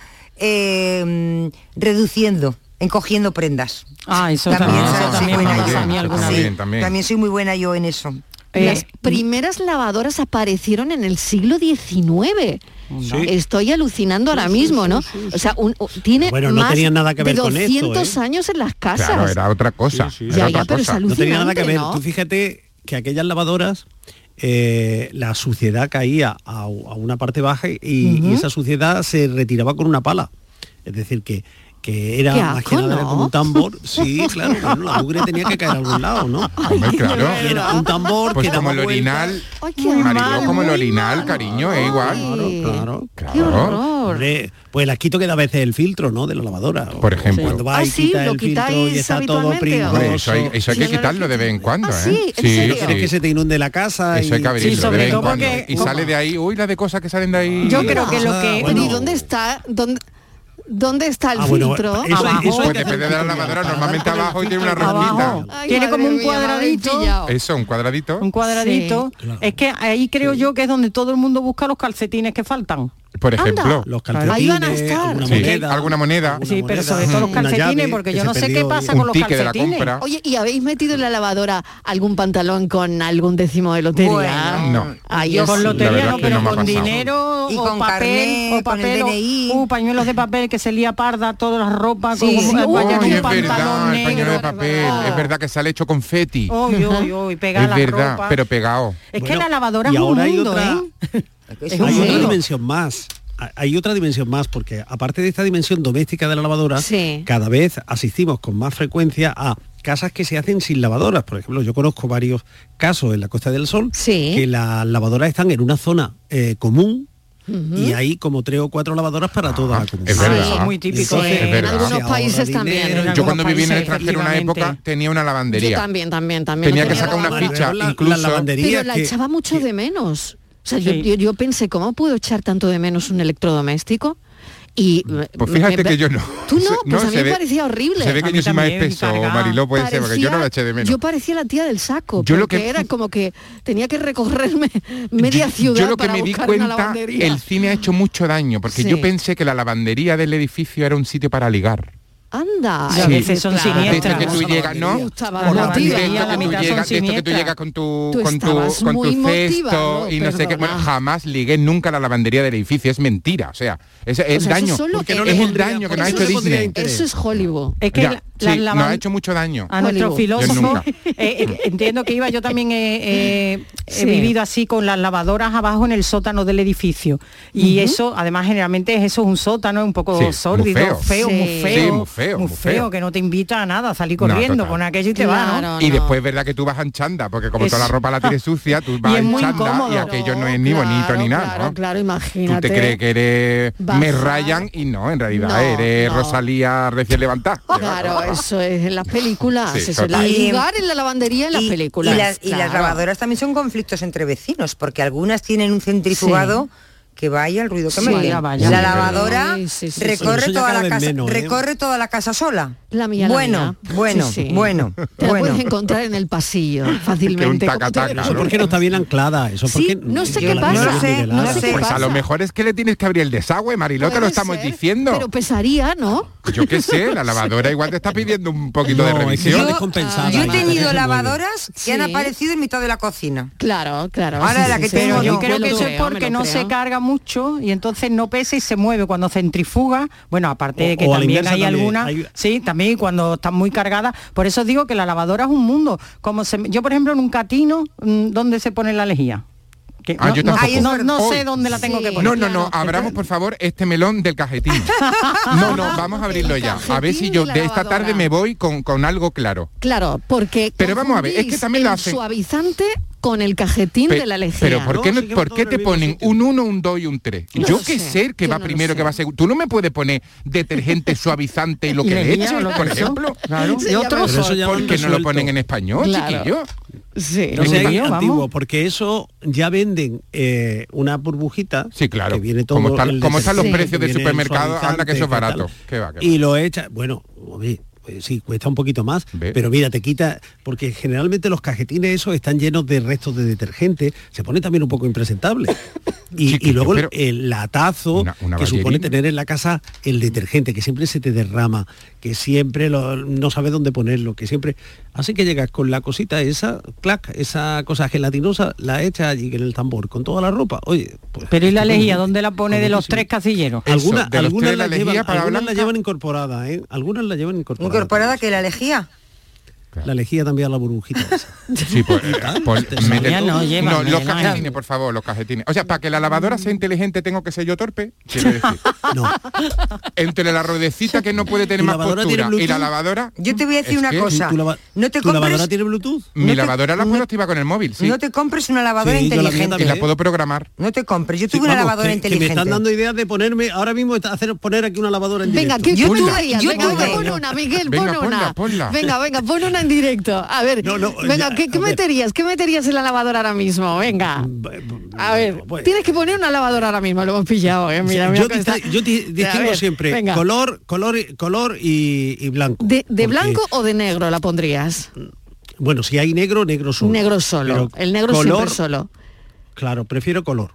[SPEAKER 17] eh, reduciendo, encogiendo prendas.
[SPEAKER 19] Ah, eso
[SPEAKER 17] También
[SPEAKER 19] también,
[SPEAKER 17] soy-
[SPEAKER 19] eso
[SPEAKER 17] soy
[SPEAKER 19] también me
[SPEAKER 17] buena
[SPEAKER 19] pasa a mí
[SPEAKER 17] yo.
[SPEAKER 19] alguna
[SPEAKER 17] Sí,
[SPEAKER 19] vez. Eh,
[SPEAKER 17] también soy muy buena yo en eso.
[SPEAKER 14] Las primeras lavadoras aparecieron en el siglo XIX.
[SPEAKER 18] Sí.
[SPEAKER 14] Estoy alucinando ahora mismo, ¿no? O sea, un- o- tiene
[SPEAKER 18] Bueno, no
[SPEAKER 14] más
[SPEAKER 18] tenía nada que ver
[SPEAKER 14] de
[SPEAKER 18] con esto, ¿eh?
[SPEAKER 14] 200 años en las casas.
[SPEAKER 15] Claro, era otra cosa.
[SPEAKER 18] Sí, sí.
[SPEAKER 15] era
[SPEAKER 14] Ya,
[SPEAKER 15] otra
[SPEAKER 14] ya, pero es
[SPEAKER 15] cosa.
[SPEAKER 18] no tenía nada que ver.
[SPEAKER 14] ¿no?
[SPEAKER 18] Tú fíjate que aquellas lavadoras, eh, la suciedad caía a, a una parte baja y, y
[SPEAKER 14] Ujú.
[SPEAKER 18] esa suciedad se retiraba con una pala. Es decir, que, que era
[SPEAKER 14] Qué
[SPEAKER 18] más que
[SPEAKER 14] asco,
[SPEAKER 18] nada era
[SPEAKER 14] ¿no?
[SPEAKER 18] como un tambor. Sí, claro, bueno, la mugre tenía que caer a algún lado, ¿no?
[SPEAKER 15] Hombre, claro.
[SPEAKER 18] Y Era un tambor
[SPEAKER 15] Pues
[SPEAKER 18] que
[SPEAKER 15] como el
[SPEAKER 18] daba vueltas.
[SPEAKER 15] orinal,
[SPEAKER 14] qué
[SPEAKER 15] Mariló,
[SPEAKER 14] mal,
[SPEAKER 15] como el
[SPEAKER 14] muy
[SPEAKER 15] orinal, cariño, es igual.
[SPEAKER 18] Claro, claro.
[SPEAKER 14] Qué horror.
[SPEAKER 18] Hombre, pues las quito que da a veces el filtro, ¿no? De la lavadora. Por
[SPEAKER 15] ejemplo.
[SPEAKER 18] Cuando va
[SPEAKER 14] Ah,
[SPEAKER 18] y
[SPEAKER 14] sí,
[SPEAKER 18] quita
[SPEAKER 14] lo
[SPEAKER 18] el filtro
[SPEAKER 14] quitáis
[SPEAKER 18] y está todo
[SPEAKER 14] habitualmente, ¿o?
[SPEAKER 18] pringoso.
[SPEAKER 15] Hombre, eso hay, eso hay que quitarlo de vez en cuando, ¿eh?
[SPEAKER 14] sí? ¿En serio?
[SPEAKER 18] Quieres que se te inunde la casa.
[SPEAKER 15] Eso hay
[SPEAKER 18] y-
[SPEAKER 15] que abrirlo
[SPEAKER 18] Sí,
[SPEAKER 15] de
[SPEAKER 18] sobre
[SPEAKER 15] vez en
[SPEAKER 18] todo
[SPEAKER 15] cuando.
[SPEAKER 18] porque-
[SPEAKER 15] Y sale de ahí, uy, la de cosas que salen de ahí.
[SPEAKER 14] Yo creo que lo que...
[SPEAKER 15] Ah, Bueno.
[SPEAKER 14] ¿Y dónde está? ¿Dónde, dónde está el
[SPEAKER 15] Ah, bueno,
[SPEAKER 14] filtro?
[SPEAKER 15] eso- eso Pues depende de la lavadora, normalmente abajo y tiene una
[SPEAKER 19] Abajo.
[SPEAKER 15] rosquita.
[SPEAKER 14] Ay,
[SPEAKER 19] Tiene
[SPEAKER 14] madre
[SPEAKER 19] como un
[SPEAKER 14] mía, me habéis
[SPEAKER 19] cuadradito.
[SPEAKER 14] pillado.
[SPEAKER 15] Eso, un cuadradito.
[SPEAKER 19] un cuadradito. Es que ahí creo yo que es donde todo el mundo busca los calcetines que faltan.
[SPEAKER 15] Por ejemplo,
[SPEAKER 14] Anda,
[SPEAKER 15] los
[SPEAKER 14] ahí van a estar.
[SPEAKER 15] alguna,
[SPEAKER 14] Sí.
[SPEAKER 15] moneda, alguna moneda.
[SPEAKER 14] Sí, pero sobre todo los calcetines, porque yo no sé qué pasa con los calcetines. Oye, ¿y habéis metido en la lavadora algún pantalón con algún décimo de lotería?
[SPEAKER 15] no.
[SPEAKER 14] Ay,
[SPEAKER 19] Yo
[SPEAKER 14] es-
[SPEAKER 19] con lotería no, pero
[SPEAKER 15] me ha
[SPEAKER 19] con
[SPEAKER 15] pasado.
[SPEAKER 19] dinero
[SPEAKER 17] Y
[SPEAKER 19] o
[SPEAKER 17] con
[SPEAKER 19] papel,
[SPEAKER 17] carnet,
[SPEAKER 19] o
[SPEAKER 17] con el
[SPEAKER 19] papel, o-
[SPEAKER 17] DNI.
[SPEAKER 19] uh, pañuelos de papel que se lía parda, todas las ropas,
[SPEAKER 15] Uy,
[SPEAKER 19] como eh, vaya con
[SPEAKER 15] es
[SPEAKER 19] un pantalón
[SPEAKER 15] verdad, el pañuelo de
[SPEAKER 19] negro.
[SPEAKER 15] papel, es verdad que sale hecho confeti.
[SPEAKER 19] Uy, uy, uy, pega
[SPEAKER 15] es
[SPEAKER 19] la
[SPEAKER 15] verdad,
[SPEAKER 19] ropa.
[SPEAKER 15] pero pegado.
[SPEAKER 19] Es que la lavadora es un
[SPEAKER 18] ahora hay
[SPEAKER 19] mundo,
[SPEAKER 18] otra-
[SPEAKER 19] ¿eh? Es un
[SPEAKER 18] hay otra
[SPEAKER 19] mundo.
[SPEAKER 18] dimensión más. Ha- Hay otra dimensión más, porque aparte de esta dimensión doméstica de la lavadora, cada vez asistimos con más frecuencia a casas que se hacen sin lavadoras. Por ejemplo, yo conozco varios casos en la Costa del Sol que las lavadoras están en una zona eh, común y hay como tres o cuatro lavadoras para todas la comunidad.
[SPEAKER 15] ¿Mm? Ah, es verdad. Sí, es muy típico,
[SPEAKER 18] Entonces,
[SPEAKER 15] eh, en algunos
[SPEAKER 18] se ahorra
[SPEAKER 14] países también, en
[SPEAKER 18] dinero.
[SPEAKER 15] Yo cuando viví en el extranjero una época tenía una
[SPEAKER 14] Yo
[SPEAKER 15] lavandería.
[SPEAKER 14] también, también, también.
[SPEAKER 15] Tenía
[SPEAKER 14] lo
[SPEAKER 15] que sacar una
[SPEAKER 14] lavadora.
[SPEAKER 15] ficha,
[SPEAKER 18] la- la
[SPEAKER 15] incluso.
[SPEAKER 18] lavandería
[SPEAKER 14] Pero la echaba mucho de menos. O sea, yo,
[SPEAKER 15] Sí.
[SPEAKER 14] yo, yo pensé, ¿cómo puedo echar tanto de menos un electrodoméstico? Y eh,
[SPEAKER 15] Pues fíjate
[SPEAKER 14] me-
[SPEAKER 15] que yo no.
[SPEAKER 14] Tú no,
[SPEAKER 15] Se-
[SPEAKER 14] pues a mí
[SPEAKER 15] se
[SPEAKER 14] me
[SPEAKER 15] ve-
[SPEAKER 14] parecía horrible.
[SPEAKER 15] Se ve que yo soy más espeso, Mariló, puede ser, porque yo no la eché de menos.
[SPEAKER 14] Yo parecía la tía del saco,
[SPEAKER 15] Yo lo
[SPEAKER 14] porque
[SPEAKER 15] que-
[SPEAKER 14] era como que tenía que recorrerme media ciudad
[SPEAKER 15] yo lo que
[SPEAKER 14] para
[SPEAKER 15] me di
[SPEAKER 14] buscar una
[SPEAKER 15] cuenta,
[SPEAKER 14] lavandería.
[SPEAKER 15] el cine ha hecho mucho daño, porque
[SPEAKER 14] Sí.
[SPEAKER 15] yo pensé que la lavandería del edificio era un sitio para ligar.
[SPEAKER 14] Anda.
[SPEAKER 15] Sí. De esto que tú llegas, ¿no?
[SPEAKER 14] Ah, Me gustaba
[SPEAKER 15] Por
[SPEAKER 14] la
[SPEAKER 15] la
[SPEAKER 14] motiva.
[SPEAKER 15] de esto que tú llegas, de esto que tú llegas con tu,
[SPEAKER 14] Tú
[SPEAKER 15] con tu,
[SPEAKER 14] estabas
[SPEAKER 15] con tu
[SPEAKER 14] muy
[SPEAKER 15] cesto
[SPEAKER 14] motivado,
[SPEAKER 15] y no sé qué. Bueno,
[SPEAKER 14] perdona.
[SPEAKER 15] jamás ligué nunca a la lavandería del edificio, es mentira. O sea,
[SPEAKER 14] O
[SPEAKER 15] es, es
[SPEAKER 14] sea, Pues eso
[SPEAKER 15] daño.
[SPEAKER 14] solo
[SPEAKER 15] Porque
[SPEAKER 14] que-
[SPEAKER 15] no le es el daño que nos ha
[SPEAKER 14] eso
[SPEAKER 15] hecho
[SPEAKER 14] es-
[SPEAKER 15] Disney.
[SPEAKER 14] Eso es Hollywood.
[SPEAKER 19] Es que
[SPEAKER 15] Ya,
[SPEAKER 19] la- las
[SPEAKER 15] sí, nos ha
[SPEAKER 19] lavan-
[SPEAKER 15] hecho mucho daño.
[SPEAKER 19] a nuestro
[SPEAKER 15] Yo
[SPEAKER 19] filósofo
[SPEAKER 15] nunca.
[SPEAKER 19] eh, eh, entiendo que iba yo también he, he- he
[SPEAKER 14] Sí.
[SPEAKER 19] vivido así con las lavadoras abajo en el sótano del edificio y
[SPEAKER 14] Ujú.
[SPEAKER 19] eso además generalmente es eso es un sótano un poco
[SPEAKER 15] Sí, muy
[SPEAKER 19] sórdido
[SPEAKER 15] feo.
[SPEAKER 19] feo feo
[SPEAKER 15] Sí.
[SPEAKER 19] muy feo
[SPEAKER 15] Sí, muy feo, muy feo.
[SPEAKER 19] que no te invita a nada a salir corriendo
[SPEAKER 15] total.
[SPEAKER 19] con aquello y te va ¿no?
[SPEAKER 15] Y después es verdad que tú vas en chanda, porque como toda la
[SPEAKER 19] Eso.
[SPEAKER 15] ropa la tienes sucia, tú vas
[SPEAKER 14] es
[SPEAKER 15] en
[SPEAKER 14] muy
[SPEAKER 15] chanda y
[SPEAKER 14] incómodo.
[SPEAKER 15] aquello no es ni bonito ni nada. ¿no?
[SPEAKER 14] Claro,
[SPEAKER 15] Tú
[SPEAKER 14] imagínate.
[SPEAKER 15] te crees que eres
[SPEAKER 14] Bajar.
[SPEAKER 15] me rayan y no, en realidad
[SPEAKER 14] No,
[SPEAKER 15] eres
[SPEAKER 14] no.
[SPEAKER 15] Rosalía recién levantada.
[SPEAKER 14] Claro, eso es en las películas.
[SPEAKER 15] Sí,
[SPEAKER 14] eso es
[SPEAKER 15] total.
[SPEAKER 14] la-
[SPEAKER 15] Y-
[SPEAKER 14] ligar en la lavandería en las películas.
[SPEAKER 17] Y las, y las
[SPEAKER 14] claro.
[SPEAKER 17] lavadoras también son conflictos entre vecinos, porque algunas tienen un centrifugado que vaya el ruido que
[SPEAKER 14] Sí,
[SPEAKER 17] me
[SPEAKER 14] vaya, vaya.
[SPEAKER 17] La
[SPEAKER 14] Sí,
[SPEAKER 17] lavadora
[SPEAKER 14] sí, sí, sí.
[SPEAKER 17] recorre
[SPEAKER 14] Eso ya
[SPEAKER 17] toda
[SPEAKER 14] cada
[SPEAKER 17] la
[SPEAKER 14] vez
[SPEAKER 17] casa,
[SPEAKER 14] menos, ¿eh?
[SPEAKER 17] recorre toda la casa sola.
[SPEAKER 14] La mía, la
[SPEAKER 17] bueno,
[SPEAKER 14] mía.
[SPEAKER 17] bueno,
[SPEAKER 14] Sí, sí.
[SPEAKER 17] bueno,
[SPEAKER 14] Te la
[SPEAKER 17] bueno.
[SPEAKER 14] puedes encontrar en el pasillo fácilmente. como te-
[SPEAKER 18] Eso porque no está bien anclada, eso
[SPEAKER 14] Sí,
[SPEAKER 18] porque
[SPEAKER 14] no sé
[SPEAKER 18] yo
[SPEAKER 14] qué
[SPEAKER 18] la-
[SPEAKER 14] pasa,
[SPEAKER 18] la-
[SPEAKER 14] no sé
[SPEAKER 18] nivelada.
[SPEAKER 14] qué
[SPEAKER 15] Pues a lo
[SPEAKER 14] pasa.
[SPEAKER 15] mejor es que le tienes que abrir el desagüe, Mariló, te lo
[SPEAKER 14] Puede
[SPEAKER 15] estamos
[SPEAKER 14] ser,
[SPEAKER 15] diciendo.
[SPEAKER 14] Pero pesaría, ¿no?
[SPEAKER 15] Yo qué sé, la lavadora igual te está pidiendo un poquito de revisión.
[SPEAKER 17] Yo he tenido lavadoras que han
[SPEAKER 14] Sí.
[SPEAKER 17] aparecido en mitad de la cocina.
[SPEAKER 14] Claro, claro.
[SPEAKER 17] Ahora la que tengo
[SPEAKER 19] pero yo
[SPEAKER 17] no.
[SPEAKER 19] creo
[SPEAKER 17] Me
[SPEAKER 19] que
[SPEAKER 17] lo
[SPEAKER 19] eso es
[SPEAKER 17] creo,
[SPEAKER 19] porque
[SPEAKER 17] me lo
[SPEAKER 19] no
[SPEAKER 17] creo.
[SPEAKER 19] se carga mucho y entonces no pesa y se mueve cuando centrifuga bueno aparte de que
[SPEAKER 18] o a la
[SPEAKER 19] también
[SPEAKER 18] inversa
[SPEAKER 19] hay
[SPEAKER 18] también,
[SPEAKER 19] algunas
[SPEAKER 18] hay-
[SPEAKER 19] sí también cuando están muy cargadas por eso digo que la lavadora es un mundo como se, yo por ejemplo en un catino mm, dónde se pone la lejía Que
[SPEAKER 15] Ah,
[SPEAKER 19] no,
[SPEAKER 15] yo
[SPEAKER 19] no-
[SPEAKER 15] tampoco.
[SPEAKER 19] no- no
[SPEAKER 15] Hoy.
[SPEAKER 19] sé dónde la tengo que poner
[SPEAKER 15] No, no, no, abramos por favor este melón del cajetín. No, no, vamos a abrirlo ya. A ver si yo de esta tarde me voy con, con algo claro.
[SPEAKER 14] Claro, porque
[SPEAKER 15] Pero vamos a ver, es que
[SPEAKER 14] confundís
[SPEAKER 15] también lo
[SPEAKER 14] el
[SPEAKER 15] hacen-
[SPEAKER 14] suavizante con el cajetín
[SPEAKER 15] Pe-
[SPEAKER 14] de la lejía.
[SPEAKER 15] pero ¿por qué, no, ¿por qué te ponen un 1, un 2 y un 3?
[SPEAKER 14] No
[SPEAKER 15] yo
[SPEAKER 14] lo
[SPEAKER 15] qué
[SPEAKER 14] sé,
[SPEAKER 15] sé el que
[SPEAKER 14] yo
[SPEAKER 15] va
[SPEAKER 14] no lo
[SPEAKER 15] primero, que
[SPEAKER 14] sé.
[SPEAKER 15] va segundo. Tú no me puedes poner detergente, suavizante y lo que le
[SPEAKER 14] Lejía o
[SPEAKER 15] eches,
[SPEAKER 14] lo que
[SPEAKER 15] por
[SPEAKER 14] son.
[SPEAKER 15] ejemplo.
[SPEAKER 14] Claro. Se Y llama otros-
[SPEAKER 18] Pero eso ya lo
[SPEAKER 15] ¿Por
[SPEAKER 18] han
[SPEAKER 15] qué no lo
[SPEAKER 18] resuelto.
[SPEAKER 15] ponen en español,
[SPEAKER 14] Claro.
[SPEAKER 15] chiquillo?
[SPEAKER 14] Sí.
[SPEAKER 18] No sé,
[SPEAKER 15] Venga,
[SPEAKER 18] ahí
[SPEAKER 15] vamos.
[SPEAKER 18] antiguo, porque eso ya venden eh, una burbujita.
[SPEAKER 15] Sí, claro.
[SPEAKER 18] Que viene todo
[SPEAKER 15] Como están-
[SPEAKER 18] el
[SPEAKER 15] como están los
[SPEAKER 18] detergente,
[SPEAKER 15] precios de
[SPEAKER 18] viene el
[SPEAKER 15] supermercado, anda
[SPEAKER 18] suavizante,
[SPEAKER 15] que eso es
[SPEAKER 18] qué tal.
[SPEAKER 15] barato. Qué va, qué va.
[SPEAKER 18] Y lo echa, bueno, oye, pues sí, cuesta un poquito más, pero mira, te quita, porque generalmente los cajetines esos están llenos de restos de detergente, se pone también un poco impresentable. Y, y luego el, el latazo que supone
[SPEAKER 15] ballerina.
[SPEAKER 18] tener en la casa el detergente, que siempre se te derrama, que siempre lo- no sabes dónde ponerlo, que siempre... Así que llegas con la cosita esa, clac, esa cosa gelatinosa, la echas allí en el tambor, con toda la ropa. Oye, pues,
[SPEAKER 19] pero y la
[SPEAKER 18] estupendo.
[SPEAKER 19] lejía dónde la pone de los tres casilleros
[SPEAKER 18] Alguna- algunas la llevan, algunas la llevan incorporada, ¿eh? Algunas la llevan incorporada.
[SPEAKER 17] Incorporada que la lejía.
[SPEAKER 18] La lejía también a la burbujita. esa.
[SPEAKER 15] Sí, pues, pues, mete
[SPEAKER 18] Ya
[SPEAKER 15] tú-
[SPEAKER 18] no llevan,
[SPEAKER 15] no, los
[SPEAKER 18] ya no hay.
[SPEAKER 15] cajetines, por favor, los cajetines. O sea, para que la lavadora sea inteligente tengo que ser yo torpe. Quiero decir. Entre la ruedecita que no puede tener
[SPEAKER 18] ¿Tu
[SPEAKER 15] más
[SPEAKER 18] lavadora
[SPEAKER 15] postura
[SPEAKER 18] tiene
[SPEAKER 15] y la
[SPEAKER 18] Bluetooth?
[SPEAKER 15] lavadora.
[SPEAKER 17] Yo te voy a decir
[SPEAKER 15] Es
[SPEAKER 17] una
[SPEAKER 15] que-
[SPEAKER 17] cosa.
[SPEAKER 15] ¿Tu lava-
[SPEAKER 17] no te
[SPEAKER 15] tu
[SPEAKER 17] compres,
[SPEAKER 15] lavadora
[SPEAKER 18] tiene Bluetooth?
[SPEAKER 15] Mi
[SPEAKER 17] No te-
[SPEAKER 15] lavadora la puedo activar con el móvil, sí.
[SPEAKER 17] No te compres una lavadora
[SPEAKER 15] Sí, yo la mía
[SPEAKER 17] inteligente.
[SPEAKER 15] también. Y la puedo programar.
[SPEAKER 17] No te compres. Yo
[SPEAKER 18] Sí,
[SPEAKER 17] tuve una
[SPEAKER 18] vamos,
[SPEAKER 17] lavadora
[SPEAKER 18] que-
[SPEAKER 17] inteligente.
[SPEAKER 18] Que me están dando ideas de ponerme ahora mismo está- hacer poner aquí una lavadora en
[SPEAKER 14] Venga, ¿qué,
[SPEAKER 18] directo.
[SPEAKER 14] qué tú veías? venga, pon una, Miguel,
[SPEAKER 18] Venga,
[SPEAKER 14] pon
[SPEAKER 18] ponla,
[SPEAKER 14] una.
[SPEAKER 18] ponla.
[SPEAKER 14] Venga, venga, pon una en directo. A ver, venga,
[SPEAKER 18] ya,
[SPEAKER 14] ¿qué, qué
[SPEAKER 18] a ver.
[SPEAKER 14] meterías? ¿Qué meterías en la lavadora ahora mismo? Venga. A ver, tienes que poner una lavadora ahora mismo, lo hemos pillado, eh. Mira,
[SPEAKER 18] Sí,
[SPEAKER 14] mira
[SPEAKER 18] yo,
[SPEAKER 14] cómo
[SPEAKER 18] dista-
[SPEAKER 14] está.
[SPEAKER 18] yo di-
[SPEAKER 14] A
[SPEAKER 18] distingo
[SPEAKER 14] ver,
[SPEAKER 18] siempre
[SPEAKER 14] venga.
[SPEAKER 18] color, color, y- color y, y blanco.
[SPEAKER 14] ¿De, de
[SPEAKER 18] porque-
[SPEAKER 14] blanco o de negro la pondrías?
[SPEAKER 18] Bueno, si hay negro, negro solo.
[SPEAKER 14] Negro solo.
[SPEAKER 18] Pero
[SPEAKER 14] El negro
[SPEAKER 18] color,
[SPEAKER 14] siempre solo.
[SPEAKER 18] Claro, prefiero color.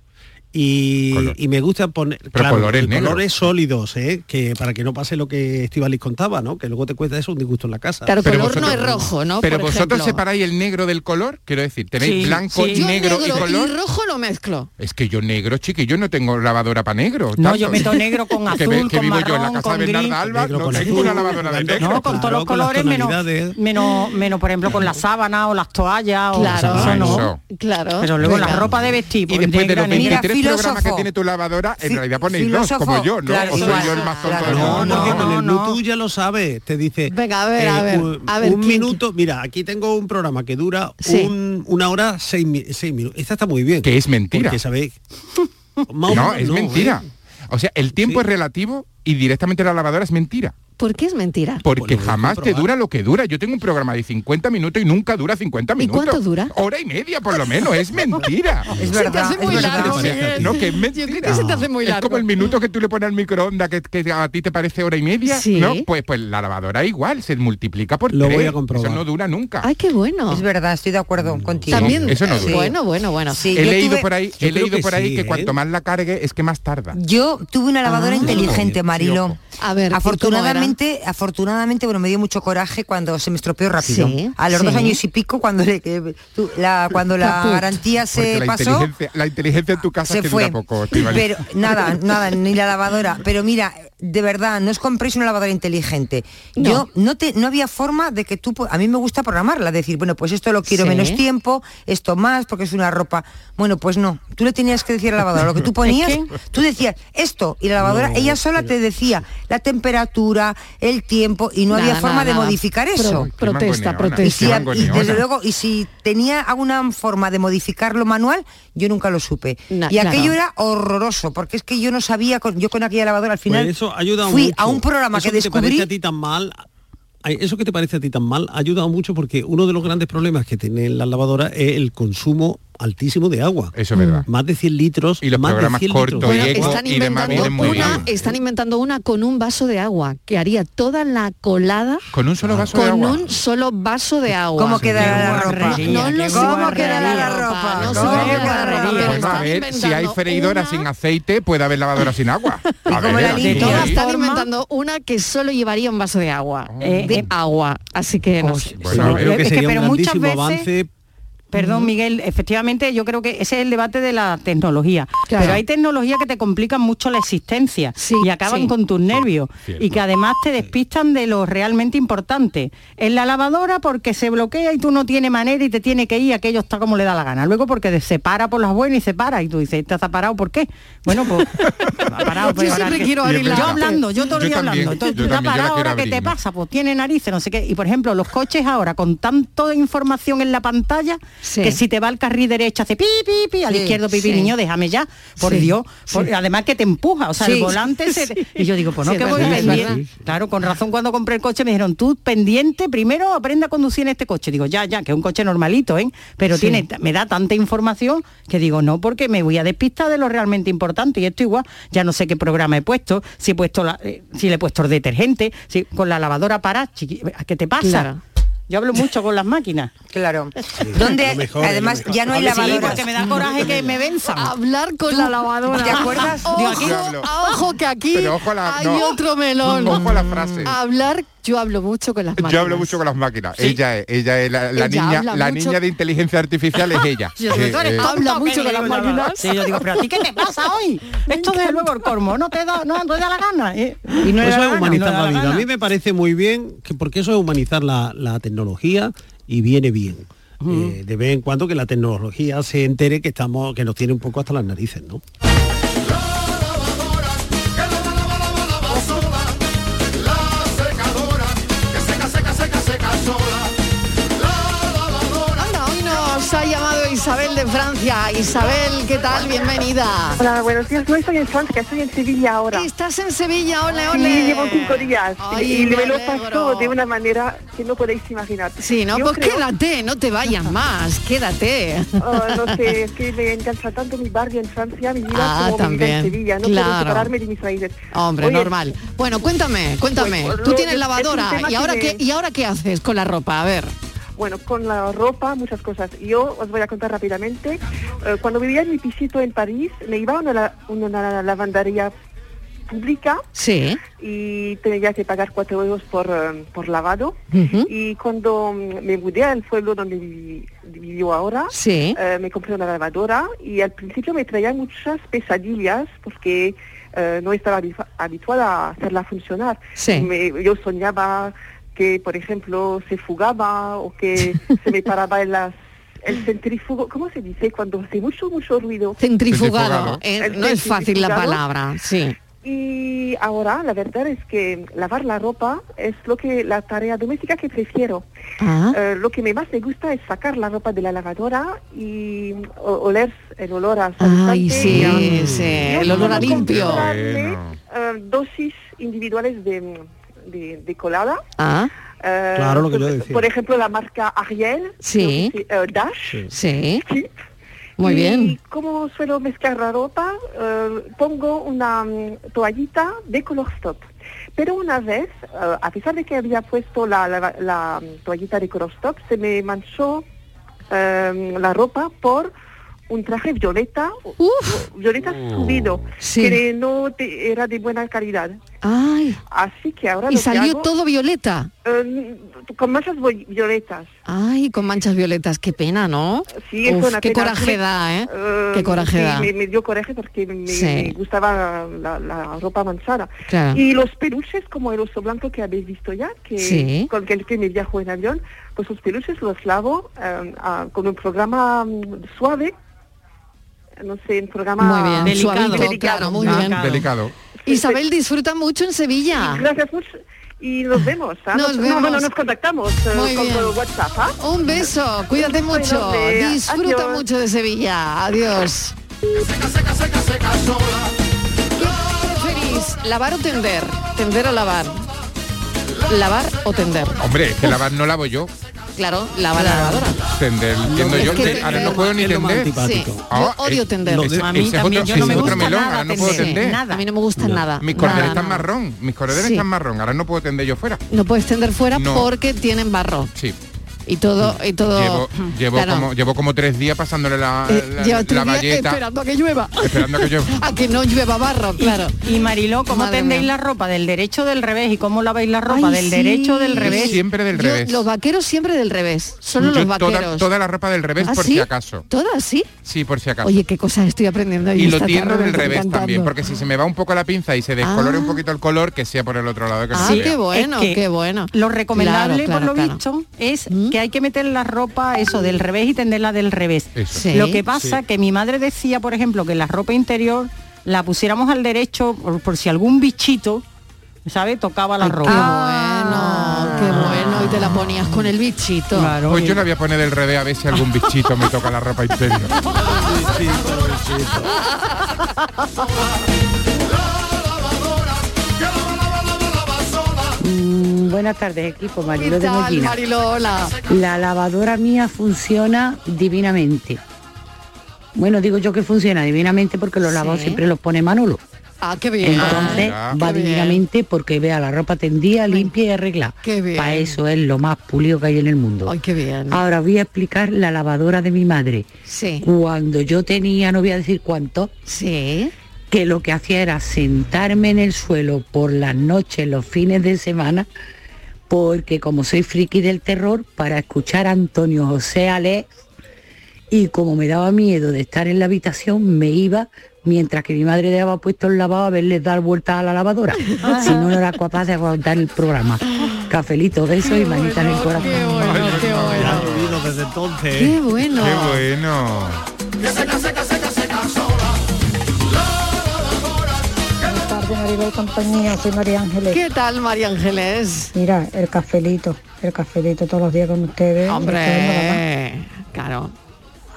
[SPEAKER 18] y, y me gusta poner
[SPEAKER 15] colores
[SPEAKER 18] y
[SPEAKER 15] negros.
[SPEAKER 18] colores sólidos, ¿eh? que para que no pase lo que Estivalis contaba, ¿no? Que luego te cuesta eso un disgusto en la casa.
[SPEAKER 14] Claro, color no es rojo, ¿no?
[SPEAKER 15] Pero
[SPEAKER 14] Por
[SPEAKER 15] vosotros
[SPEAKER 14] ejemplo.
[SPEAKER 15] separáis el negro del color, quiero decir, tenéis
[SPEAKER 14] Sí,
[SPEAKER 15] blanco,
[SPEAKER 14] sí. Yo
[SPEAKER 15] negro, y color.
[SPEAKER 14] rojo lo mezclo.
[SPEAKER 15] Es que yo negro, chiqui, yo no tengo lavadora para negro.
[SPEAKER 14] No,
[SPEAKER 15] tanto.
[SPEAKER 14] yo meto negro con
[SPEAKER 15] Que
[SPEAKER 14] azul,
[SPEAKER 15] que
[SPEAKER 14] con
[SPEAKER 15] vivo yo en la
[SPEAKER 14] marrón,
[SPEAKER 15] casa
[SPEAKER 14] con
[SPEAKER 15] de Bernarda
[SPEAKER 14] gris.
[SPEAKER 15] Alba,
[SPEAKER 14] Negro
[SPEAKER 15] no
[SPEAKER 14] con
[SPEAKER 15] tengo
[SPEAKER 14] azul.
[SPEAKER 15] una lavadora de negro.
[SPEAKER 14] No, con todos los colores menos, menos, menos, por ejemplo, con la sábana o las toallas o
[SPEAKER 15] Claro.
[SPEAKER 14] eso no.
[SPEAKER 15] Eso.
[SPEAKER 14] Claro. Pero luego la
[SPEAKER 15] Venga.
[SPEAKER 14] ropa de vestir.
[SPEAKER 15] Y
[SPEAKER 14] pues,
[SPEAKER 15] después de los
[SPEAKER 14] negra, negra.
[SPEAKER 15] 23 programas que tiene tu lavadora, en realidad ponéis dos,
[SPEAKER 14] filósofo,
[SPEAKER 15] como yo, ¿no?
[SPEAKER 14] claro,
[SPEAKER 15] o soy
[SPEAKER 14] igual.
[SPEAKER 15] yo el más tonto
[SPEAKER 18] Claro,
[SPEAKER 15] del
[SPEAKER 18] no,
[SPEAKER 15] mundo.
[SPEAKER 18] no, porque con el Bluetooth ya lo sabes, te dice. eh,
[SPEAKER 14] Venga, a ver, a ver,
[SPEAKER 18] un,
[SPEAKER 14] a ver,
[SPEAKER 18] un
[SPEAKER 14] ¿quién-
[SPEAKER 18] minuto, mira, aquí tengo un programa que dura
[SPEAKER 14] Sí.
[SPEAKER 18] un- una hora, seis, mi- seis minutos. Esta está muy bien.
[SPEAKER 15] Que es mentira.
[SPEAKER 18] Porque sabéis. Más o
[SPEAKER 15] No,
[SPEAKER 18] menos
[SPEAKER 15] es
[SPEAKER 18] no,
[SPEAKER 15] mentira.
[SPEAKER 18] ¿eh?
[SPEAKER 15] O sea, el tiempo es relativo y directamente la lavadora es mentira.
[SPEAKER 14] ¿Por qué es mentira?
[SPEAKER 15] Porque jamás te dura lo que dura. Yo tengo un programa de 50 minutos y nunca dura 50 minutos.
[SPEAKER 14] cuánto dura?
[SPEAKER 15] Hora y media, por lo menos. Es mentira.
[SPEAKER 14] Es Se te verdad, hace es muy verdad. largo,
[SPEAKER 15] No,
[SPEAKER 14] Miguel.
[SPEAKER 15] No, que es mentira.
[SPEAKER 14] creo que se te hace muy
[SPEAKER 15] Es
[SPEAKER 14] largo.
[SPEAKER 15] como el minuto que tú le pones al microondas que, que a ti te parece hora y media.
[SPEAKER 14] Sí.
[SPEAKER 15] ¿no? Pues, pues la lavadora igual, se multiplica por
[SPEAKER 18] Lo
[SPEAKER 15] tres.
[SPEAKER 18] voy a comprobar.
[SPEAKER 15] Eso no dura nunca.
[SPEAKER 14] Ay, qué bueno.
[SPEAKER 17] Es verdad, estoy de acuerdo contigo.
[SPEAKER 15] También- eso no dura.
[SPEAKER 14] Bueno, bueno, bueno.
[SPEAKER 17] Sí,
[SPEAKER 15] he
[SPEAKER 17] yo
[SPEAKER 15] leído
[SPEAKER 17] tuve-
[SPEAKER 15] por ahí,
[SPEAKER 17] Yo creo
[SPEAKER 15] he leído
[SPEAKER 17] que
[SPEAKER 15] por ahí
[SPEAKER 17] sí,
[SPEAKER 15] que
[SPEAKER 17] ¿eh?
[SPEAKER 15] cuanto más la cargue es que más tarda.
[SPEAKER 17] Yo tuve una lavadora
[SPEAKER 15] Ah.
[SPEAKER 17] inteligente, Marilo.
[SPEAKER 15] Ojo.
[SPEAKER 14] A ver, ¿y cómo
[SPEAKER 17] afortunadamente, afortunadamente, bueno, me dio mucho coraje cuando se me estropeó rápido.
[SPEAKER 15] Sí,
[SPEAKER 17] a los
[SPEAKER 15] sí.
[SPEAKER 17] dos años y pico, cuando le- que- tú- la, cuando la
[SPEAKER 15] Caput.
[SPEAKER 17] garantía se
[SPEAKER 15] Porque la
[SPEAKER 17] pasó,
[SPEAKER 15] Inteligencia, la inteligencia en tu casa
[SPEAKER 17] se
[SPEAKER 15] es que
[SPEAKER 17] fue.
[SPEAKER 15] dura poco, Estivali.
[SPEAKER 17] Pero nada, nada, ni la lavadora. Pero mira, de verdad, no os compréis una lavadora inteligente.
[SPEAKER 14] No.
[SPEAKER 17] Yo no te, no había forma de que tú, pu- a mí me gusta programarla, decir, bueno, pues esto lo quiero
[SPEAKER 14] Sí.
[SPEAKER 17] menos tiempo, esto más, porque es una ropa. Bueno, pues no. Tú le tenías que decir a la lavadora lo que tú ponías,
[SPEAKER 14] Es que-
[SPEAKER 17] tú decías esto y la lavadora,
[SPEAKER 14] No,
[SPEAKER 17] ella sola te decía la temperatura, el tiempo y no
[SPEAKER 14] Nada,
[SPEAKER 17] había forma
[SPEAKER 14] nada,
[SPEAKER 17] de
[SPEAKER 14] nada.
[SPEAKER 17] modificar
[SPEAKER 14] Pro-
[SPEAKER 17] eso.
[SPEAKER 14] protesta, Qué mangoneona, protesta.
[SPEAKER 17] Y si
[SPEAKER 14] qué
[SPEAKER 17] a- Y,
[SPEAKER 14] mangoneona.
[SPEAKER 17] desde luego, y si tenía alguna forma de modificarlo manual, yo nunca lo supe
[SPEAKER 14] Na-
[SPEAKER 17] y aquello
[SPEAKER 14] claro.
[SPEAKER 17] era horroroso, porque es que yo no sabía, con- yo con aquella lavadora al final
[SPEAKER 18] Pues eso ha ayudado
[SPEAKER 17] fui
[SPEAKER 18] mucho.
[SPEAKER 17] a un programa
[SPEAKER 18] Eso
[SPEAKER 17] que
[SPEAKER 18] te
[SPEAKER 17] descubrí.
[SPEAKER 18] parece a ti tan mal ay, eso que te parece a ti tan mal ha ayudado mucho porque uno de los grandes problemas que tienen las lavadoras es el consumo altísimo de agua.
[SPEAKER 15] Eso es verdad.
[SPEAKER 18] Más de 100 litros. Y los
[SPEAKER 15] programas cortos y Bueno, eco
[SPEAKER 14] Están inventando, una, están inventando una con un vaso de agua, que haría toda la colada
[SPEAKER 15] Con un solo vaso de
[SPEAKER 14] Ah, con
[SPEAKER 15] agua.
[SPEAKER 14] un solo vaso de agua.
[SPEAKER 17] ¿Cómo quedará la ropa?
[SPEAKER 14] No lo sé.
[SPEAKER 17] ¿Cómo quedará la ropa?
[SPEAKER 14] No
[SPEAKER 17] ¿Cómo
[SPEAKER 15] sé.
[SPEAKER 17] quedará la ropa?
[SPEAKER 15] Bueno, a ver, si hay freidoras sin aceite, puede haber lavadoras sin agua. A ver, aquí
[SPEAKER 14] Todas
[SPEAKER 15] hay-
[SPEAKER 14] están inventando una que solo llevaría un vaso de agua.
[SPEAKER 15] Eh,
[SPEAKER 14] de
[SPEAKER 15] eh,
[SPEAKER 14] agua. Así que no sé.
[SPEAKER 15] Oh, Bueno, a ver.
[SPEAKER 18] creo que
[SPEAKER 15] Es que,
[SPEAKER 18] sería
[SPEAKER 15] pero
[SPEAKER 18] un
[SPEAKER 15] muchas
[SPEAKER 18] grandísimo
[SPEAKER 15] veces-
[SPEAKER 18] avance.
[SPEAKER 19] Perdón, Miguel, efectivamente yo creo que ese es el debate de la tecnología.
[SPEAKER 14] Claro.
[SPEAKER 19] Pero hay tecnologías que te complican mucho la existencia y acaban
[SPEAKER 14] sí.
[SPEAKER 19] con tus nervios
[SPEAKER 14] Cierto.
[SPEAKER 19] y que además te despistan de lo realmente importante. En la lavadora porque se bloquea y tú no tienes manera y te tiene que ir, aquello está como le da la gana. Luego porque se para por las buenas y se para y tú dices, ¿te has parado por qué? Bueno, pues ha parado.
[SPEAKER 14] Yo
[SPEAKER 19] pero ahora
[SPEAKER 14] siempre
[SPEAKER 19] que-
[SPEAKER 14] quiero abrir la
[SPEAKER 19] Yo
[SPEAKER 14] boca.
[SPEAKER 19] hablando, yo todo el
[SPEAKER 14] Yo
[SPEAKER 19] día
[SPEAKER 14] también,
[SPEAKER 19] hablando. Entonces,
[SPEAKER 14] yo
[SPEAKER 19] tú te has
[SPEAKER 14] también, yo la
[SPEAKER 19] parado
[SPEAKER 14] quiero
[SPEAKER 19] ahora que te
[SPEAKER 14] abrir, ¿no?
[SPEAKER 19] pasa, pues tiene narices, no sé qué. Y por ejemplo, los coches ahora con tanta información en la pantalla
[SPEAKER 14] Sí.
[SPEAKER 19] que si te va al carril derecho hace pi pi pi, al
[SPEAKER 14] Sí,
[SPEAKER 19] izquierdo pi pi,
[SPEAKER 14] sí.
[SPEAKER 19] niño, déjame ya. Por
[SPEAKER 14] Sí,
[SPEAKER 19] Dios, por-
[SPEAKER 14] sí.
[SPEAKER 19] además que te empuja, o sea,
[SPEAKER 14] Sí.
[SPEAKER 19] el volante se te- y yo digo, pues no
[SPEAKER 14] Sí,
[SPEAKER 19] que
[SPEAKER 14] es
[SPEAKER 19] voy
[SPEAKER 14] verdad, es verdad.
[SPEAKER 19] pendiente. Claro, con razón cuando compré el coche me dijeron, "Tú pendiente, primero aprende a conducir en este coche." Digo, "Ya, ya, que es un coche normalito, ¿eh?" Pero
[SPEAKER 14] Sí.
[SPEAKER 19] tiene me da tanta información que digo, "No, porque me voy a despistar de lo realmente importante." Y esto igual, ya no sé qué programa he puesto, si he puesto la- eh, si le he puesto el detergente, si con la lavadora para, chiqui- ¿qué te pasa?
[SPEAKER 17] Claro.
[SPEAKER 19] Yo hablo mucho con las máquinas.
[SPEAKER 17] Claro. Donde
[SPEAKER 19] lo mejor,
[SPEAKER 17] además
[SPEAKER 19] lo mejor.
[SPEAKER 17] ya no hay
[SPEAKER 19] A ver si
[SPEAKER 17] lavadoras.
[SPEAKER 19] porque me da coraje que me venzan.
[SPEAKER 14] Hablar con la lavadora.
[SPEAKER 17] ¿Te acuerdas?
[SPEAKER 14] Ojo,
[SPEAKER 17] Digo, aquí-
[SPEAKER 14] ojo que aquí
[SPEAKER 15] Pero ojo a la-
[SPEAKER 14] hay
[SPEAKER 15] Ah, no.
[SPEAKER 14] otro melón.
[SPEAKER 15] Ojo a la frase.
[SPEAKER 14] Hablar, yo hablo mucho con las manos.
[SPEAKER 15] Yo hablo mucho con las máquinas. Ella es, ella es la, la
[SPEAKER 14] Ella
[SPEAKER 15] niña,
[SPEAKER 14] habla
[SPEAKER 15] la
[SPEAKER 14] mucho.
[SPEAKER 15] niña de inteligencia artificial es ella.
[SPEAKER 19] Sí, sobre todo
[SPEAKER 15] Eh,
[SPEAKER 19] eres
[SPEAKER 15] eh,
[SPEAKER 19] tonto,
[SPEAKER 14] Habla
[SPEAKER 19] que le
[SPEAKER 14] mucho con las
[SPEAKER 19] digo yo,
[SPEAKER 14] máquinas.
[SPEAKER 19] Sí, yo digo, pero a ti qué te pasa hoy? Esto de nuevo el cormo, no te da, no, no te da la gana. ¿eh? Y no le da
[SPEAKER 18] eso
[SPEAKER 19] la
[SPEAKER 18] es
[SPEAKER 19] gana,
[SPEAKER 18] humanizar
[SPEAKER 19] no le da
[SPEAKER 18] la vida. A
[SPEAKER 19] gana.
[SPEAKER 18] mí me parece muy bien, que, porque eso es humanizar la, la tecnología y viene bien. Eh, de vez en cuando que la tecnología se entere que estamos, que nos tiene un poco hasta las narices, ¿no?
[SPEAKER 13] sola, la secadora, que seca, seca, seca, seca sola.
[SPEAKER 14] Anda, hoy nos ha llamado Isabel de Francia. Isabel, ¿qué tal? Bienvenida.
[SPEAKER 22] Hola, buenos días. No estoy en Francia, estoy en Sevilla ahora.
[SPEAKER 14] Estás en Sevilla, ole,
[SPEAKER 22] Sí,
[SPEAKER 14] ole.
[SPEAKER 22] llevo cinco días
[SPEAKER 14] Ay,
[SPEAKER 22] y me lo
[SPEAKER 14] me
[SPEAKER 22] paso de una manera que no podéis imaginar.
[SPEAKER 14] Sí, ¿no?
[SPEAKER 22] Yo
[SPEAKER 14] Pues
[SPEAKER 22] creo-
[SPEAKER 14] quédate, no te vayas más, quédate.
[SPEAKER 22] Ah, no sé, es que me encanta tanto mi barrio en Francia, mi vida
[SPEAKER 14] Ah,
[SPEAKER 22] como mi vida
[SPEAKER 14] también,
[SPEAKER 22] en Sevilla. No
[SPEAKER 14] claro.
[SPEAKER 22] puedo separarme de mis raíces.
[SPEAKER 14] Hombre,
[SPEAKER 22] Oye,
[SPEAKER 14] normal. Bueno, cuéntame, cuéntame.
[SPEAKER 22] Pues,
[SPEAKER 14] Tú
[SPEAKER 22] lo- es
[SPEAKER 14] tienes
[SPEAKER 22] un
[SPEAKER 14] lavadora
[SPEAKER 22] tema
[SPEAKER 14] y ahora
[SPEAKER 22] que
[SPEAKER 14] qué
[SPEAKER 22] me-
[SPEAKER 14] y ahora qué haces con la ropa, a ver.
[SPEAKER 22] Bueno, con la ropa, muchas cosas. Yo os voy a contar rápidamente. Eh, cuando vivía en mi pisito en París, me iba a una, la- una lavandería pública
[SPEAKER 14] Sí.
[SPEAKER 22] y tenía que pagar cuatro euros por, eh, por lavado.
[SPEAKER 14] Ujú.
[SPEAKER 22] Y cuando mm, me mudé al pueblo donde viví- vivo ahora,
[SPEAKER 14] Sí.
[SPEAKER 22] eh, me compré una lavadora y al principio me traía muchas pesadillas porque eh, no estaba habitu- habituada a hacerla funcionar.
[SPEAKER 14] Sí.
[SPEAKER 22] Me- yo soñaba que, por ejemplo, se fugaba o que se me paraba en las... El centrífugo, ¿cómo se dice cuando hace mucho, mucho ruido?
[SPEAKER 14] Centrifugado. eh,
[SPEAKER 22] El
[SPEAKER 14] no es fácil la
[SPEAKER 22] centrifugado.
[SPEAKER 14] palabra, sí.
[SPEAKER 22] Y ahora la verdad es que lavar la ropa es lo que la tarea doméstica que prefiero.
[SPEAKER 14] Ah.
[SPEAKER 22] Eh, lo que me más me gusta es sacar la ropa de la lavadora y o- oler el olor a
[SPEAKER 14] Ay,
[SPEAKER 22] sanitante.
[SPEAKER 14] sí,
[SPEAKER 22] Yo
[SPEAKER 14] sí, el olor a
[SPEAKER 22] suelo
[SPEAKER 14] limpio.
[SPEAKER 22] comprarme, eh, dosis individuales de, de- de colada.
[SPEAKER 14] Ah,
[SPEAKER 22] Eh,
[SPEAKER 14] Claro, lo que yo
[SPEAKER 22] por-
[SPEAKER 14] decía.
[SPEAKER 22] Por ejemplo, la marca Ariel, creo
[SPEAKER 14] Sí.
[SPEAKER 22] que sí, eh, Dash.
[SPEAKER 14] sí. Muy
[SPEAKER 22] Y
[SPEAKER 14] bien.
[SPEAKER 22] como suelo mezclar la ropa, eh, pongo una mm, toallita de color stop. Pero una vez, eh, a pesar de que había puesto la, la- la, mm, toallita de color stop, se me manchó eh, la ropa por un traje violeta, violeta subido,
[SPEAKER 14] Sí.
[SPEAKER 22] que no te- era de buena calidad.
[SPEAKER 14] Ay.
[SPEAKER 22] Así que ahora
[SPEAKER 14] Y
[SPEAKER 22] lo que
[SPEAKER 14] salió
[SPEAKER 22] hago,
[SPEAKER 14] todo violeta.
[SPEAKER 22] eh, con manchas vi- violetas.
[SPEAKER 14] Ay, con manchas violetas, qué pena, ¿no?
[SPEAKER 22] Sí, es
[SPEAKER 14] Uf,
[SPEAKER 22] una
[SPEAKER 14] qué
[SPEAKER 22] pena.
[SPEAKER 14] coraje da, ¿eh?
[SPEAKER 22] Eh,
[SPEAKER 14] qué coraje
[SPEAKER 22] sí,
[SPEAKER 14] da.
[SPEAKER 22] Me, me dio coraje porque me,
[SPEAKER 14] Sí.
[SPEAKER 22] me gustaba la, la ropa manchada.
[SPEAKER 14] Claro.
[SPEAKER 22] Y los peluches, como el oso blanco que habéis visto ya, que
[SPEAKER 14] Sí.
[SPEAKER 22] con el que me viajo en avión, pues los peluches los lavo eh, a- con un programa mm, suave. No sé, un programa
[SPEAKER 14] Muy bien, Delicado. suavito, claro, muy bien.
[SPEAKER 15] Ah, delicado.
[SPEAKER 14] Isabel disfruta mucho en Sevilla.
[SPEAKER 22] Gracias mucho. Y nos vemos. ¿ah?
[SPEAKER 14] Nos
[SPEAKER 22] no,
[SPEAKER 14] vemos.
[SPEAKER 22] bueno, nos contactamos eh,
[SPEAKER 14] Muy
[SPEAKER 22] con
[SPEAKER 14] bien.
[SPEAKER 22] por WhatsApp. ¿ah?
[SPEAKER 14] Un beso, cuídate
[SPEAKER 22] Buenos
[SPEAKER 14] mucho.
[SPEAKER 22] días.
[SPEAKER 14] Disfruta
[SPEAKER 22] Adiós.
[SPEAKER 14] mucho de Sevilla. Adiós. Feliz, lavar o tender. Tender o lavar. Lavar o tender.
[SPEAKER 15] Hombre, es que lavar no lavo yo.
[SPEAKER 14] Claro, lavar la lavadora.
[SPEAKER 15] Tender, entiendo
[SPEAKER 14] es
[SPEAKER 15] yo.
[SPEAKER 14] que
[SPEAKER 15] te- ahora no
[SPEAKER 14] tender
[SPEAKER 15] puedo ni
[SPEAKER 14] es lo más
[SPEAKER 15] tender.
[SPEAKER 14] antipático. Sí, yo odio
[SPEAKER 15] es-
[SPEAKER 14] tender.
[SPEAKER 15] ese-
[SPEAKER 14] A mí
[SPEAKER 15] ese es
[SPEAKER 14] también,
[SPEAKER 15] otro-
[SPEAKER 14] yo no
[SPEAKER 15] ese
[SPEAKER 14] me
[SPEAKER 15] es otro
[SPEAKER 14] gusta
[SPEAKER 15] melón,
[SPEAKER 14] nada
[SPEAKER 15] ahora no puedo
[SPEAKER 14] tender,
[SPEAKER 15] tender.
[SPEAKER 14] nada. A mí no me gusta nada,
[SPEAKER 15] Mis cordeles
[SPEAKER 14] Ah, nada,
[SPEAKER 15] están
[SPEAKER 14] nada.
[SPEAKER 15] marrón, mis cordeles
[SPEAKER 14] Sí.
[SPEAKER 15] están marrón, ahora no puedo tender yo fuera.
[SPEAKER 14] No puedes tender fuera
[SPEAKER 15] No.
[SPEAKER 14] porque tienen barro.
[SPEAKER 15] Sí.
[SPEAKER 14] Y todo, y todo.
[SPEAKER 15] Llevo, llevo
[SPEAKER 14] Oh, Claro.
[SPEAKER 15] como, llevo como tres días pasándole la,
[SPEAKER 14] Eh,
[SPEAKER 15] la,
[SPEAKER 14] llevas tres
[SPEAKER 15] la
[SPEAKER 14] días
[SPEAKER 15] valleta.
[SPEAKER 14] esperando a que llueva.
[SPEAKER 15] Esperando que llueva.
[SPEAKER 14] a que no llueva barro, Pues, claro.
[SPEAKER 19] Y Mariló, ¿cómo
[SPEAKER 14] Madre
[SPEAKER 19] tendéis
[SPEAKER 14] mía.
[SPEAKER 19] la ropa? ¿Del derecho o del revés? ¿Y cómo laváis la ropa? ¿Del derecho o del revés?
[SPEAKER 15] Siempre del
[SPEAKER 14] Yo-
[SPEAKER 15] revés.
[SPEAKER 14] Los vaqueros siempre del revés. Solo
[SPEAKER 15] Yo
[SPEAKER 14] los
[SPEAKER 15] toda-
[SPEAKER 14] vaqueros.
[SPEAKER 15] Toda, la ropa del revés
[SPEAKER 14] ¿Ah,
[SPEAKER 15] por
[SPEAKER 14] sí?
[SPEAKER 15] si acaso.
[SPEAKER 14] ¿Todas, sí?
[SPEAKER 15] Sí, por si acaso.
[SPEAKER 14] Oye, qué cosas estoy aprendiendo. hoy,
[SPEAKER 15] y lo
[SPEAKER 14] esta
[SPEAKER 15] tiendo
[SPEAKER 14] tarde, me
[SPEAKER 15] del
[SPEAKER 14] está
[SPEAKER 15] revés también,
[SPEAKER 14] encantando.
[SPEAKER 15] porque si se me va un poco la pinza y se descolore un poquito el color, que sea por el otro lado que no
[SPEAKER 14] Ah,
[SPEAKER 15] se vea.
[SPEAKER 14] qué bueno,
[SPEAKER 19] Es que
[SPEAKER 14] qué bueno.
[SPEAKER 19] Lo recomendable,
[SPEAKER 14] Claro, claro,
[SPEAKER 19] por lo
[SPEAKER 14] claro. ¿Mm?
[SPEAKER 19] visto, es que hay que meter la ropa, eso, del revés y tenderla del revés.
[SPEAKER 14] Eso. Sí.
[SPEAKER 19] Lo que pasa
[SPEAKER 14] Sí.
[SPEAKER 19] que mi madre decía, por ejemplo, que la ropa interior la pusiéramos al derecho por, por si algún bichito, ¿sabe? Tocaba la ropa.
[SPEAKER 14] Qué bueno, y te la ponías con el bichito.
[SPEAKER 15] Pues yo la voy a poner del revés a ver si algún bichito me toca la ropa interior.
[SPEAKER 23] Mm, buenas tardes, equipo. Mariló
[SPEAKER 14] ¿Qué
[SPEAKER 23] de
[SPEAKER 14] tal,
[SPEAKER 23] Mollina.
[SPEAKER 14] Mariló? Hola.
[SPEAKER 23] La lavadora mía funciona divinamente. Bueno, digo yo que funciona divinamente porque los lavados siempre los pone Manolo.
[SPEAKER 14] Ah, qué bien.
[SPEAKER 23] Entonces
[SPEAKER 14] Ah,
[SPEAKER 23] va
[SPEAKER 14] qué bien.
[SPEAKER 23] divinamente porque vea la ropa tendida, limpia y arreglada. Para eso es lo más pulido que hay en el mundo.
[SPEAKER 14] Ay, qué bien.
[SPEAKER 23] Ahora voy a explicar la lavadora de mi madre.
[SPEAKER 14] Sí.
[SPEAKER 23] Cuando yo tenía, no voy a decir cuánto,
[SPEAKER 14] sí.
[SPEAKER 23] que lo que hacía era sentarme en el suelo por las noches, los fines de semana, porque como soy friki del terror, para escuchar a Antonio José Ale y como me daba miedo de estar en la habitación, me iba mientras que mi madre dejaba puesto el lavado a verles dar vueltas a la lavadora.
[SPEAKER 14] Ah.
[SPEAKER 23] si no, no era capaz de aguantar el programa. Cafelito, besos y manitas en el corazón.
[SPEAKER 18] Ya he vivido desde entonces.
[SPEAKER 23] Qué bueno.
[SPEAKER 15] ¿eh? Qué bueno.
[SPEAKER 24] Buenas tardes, Maribel y compañía, soy María Ángeles.
[SPEAKER 14] ¿Qué tal, María Ángeles?
[SPEAKER 24] Mira, el cafelito, el cafelito todos los días con ustedes. Ustedes
[SPEAKER 14] Hombre, claro.
[SPEAKER 24] no la dan.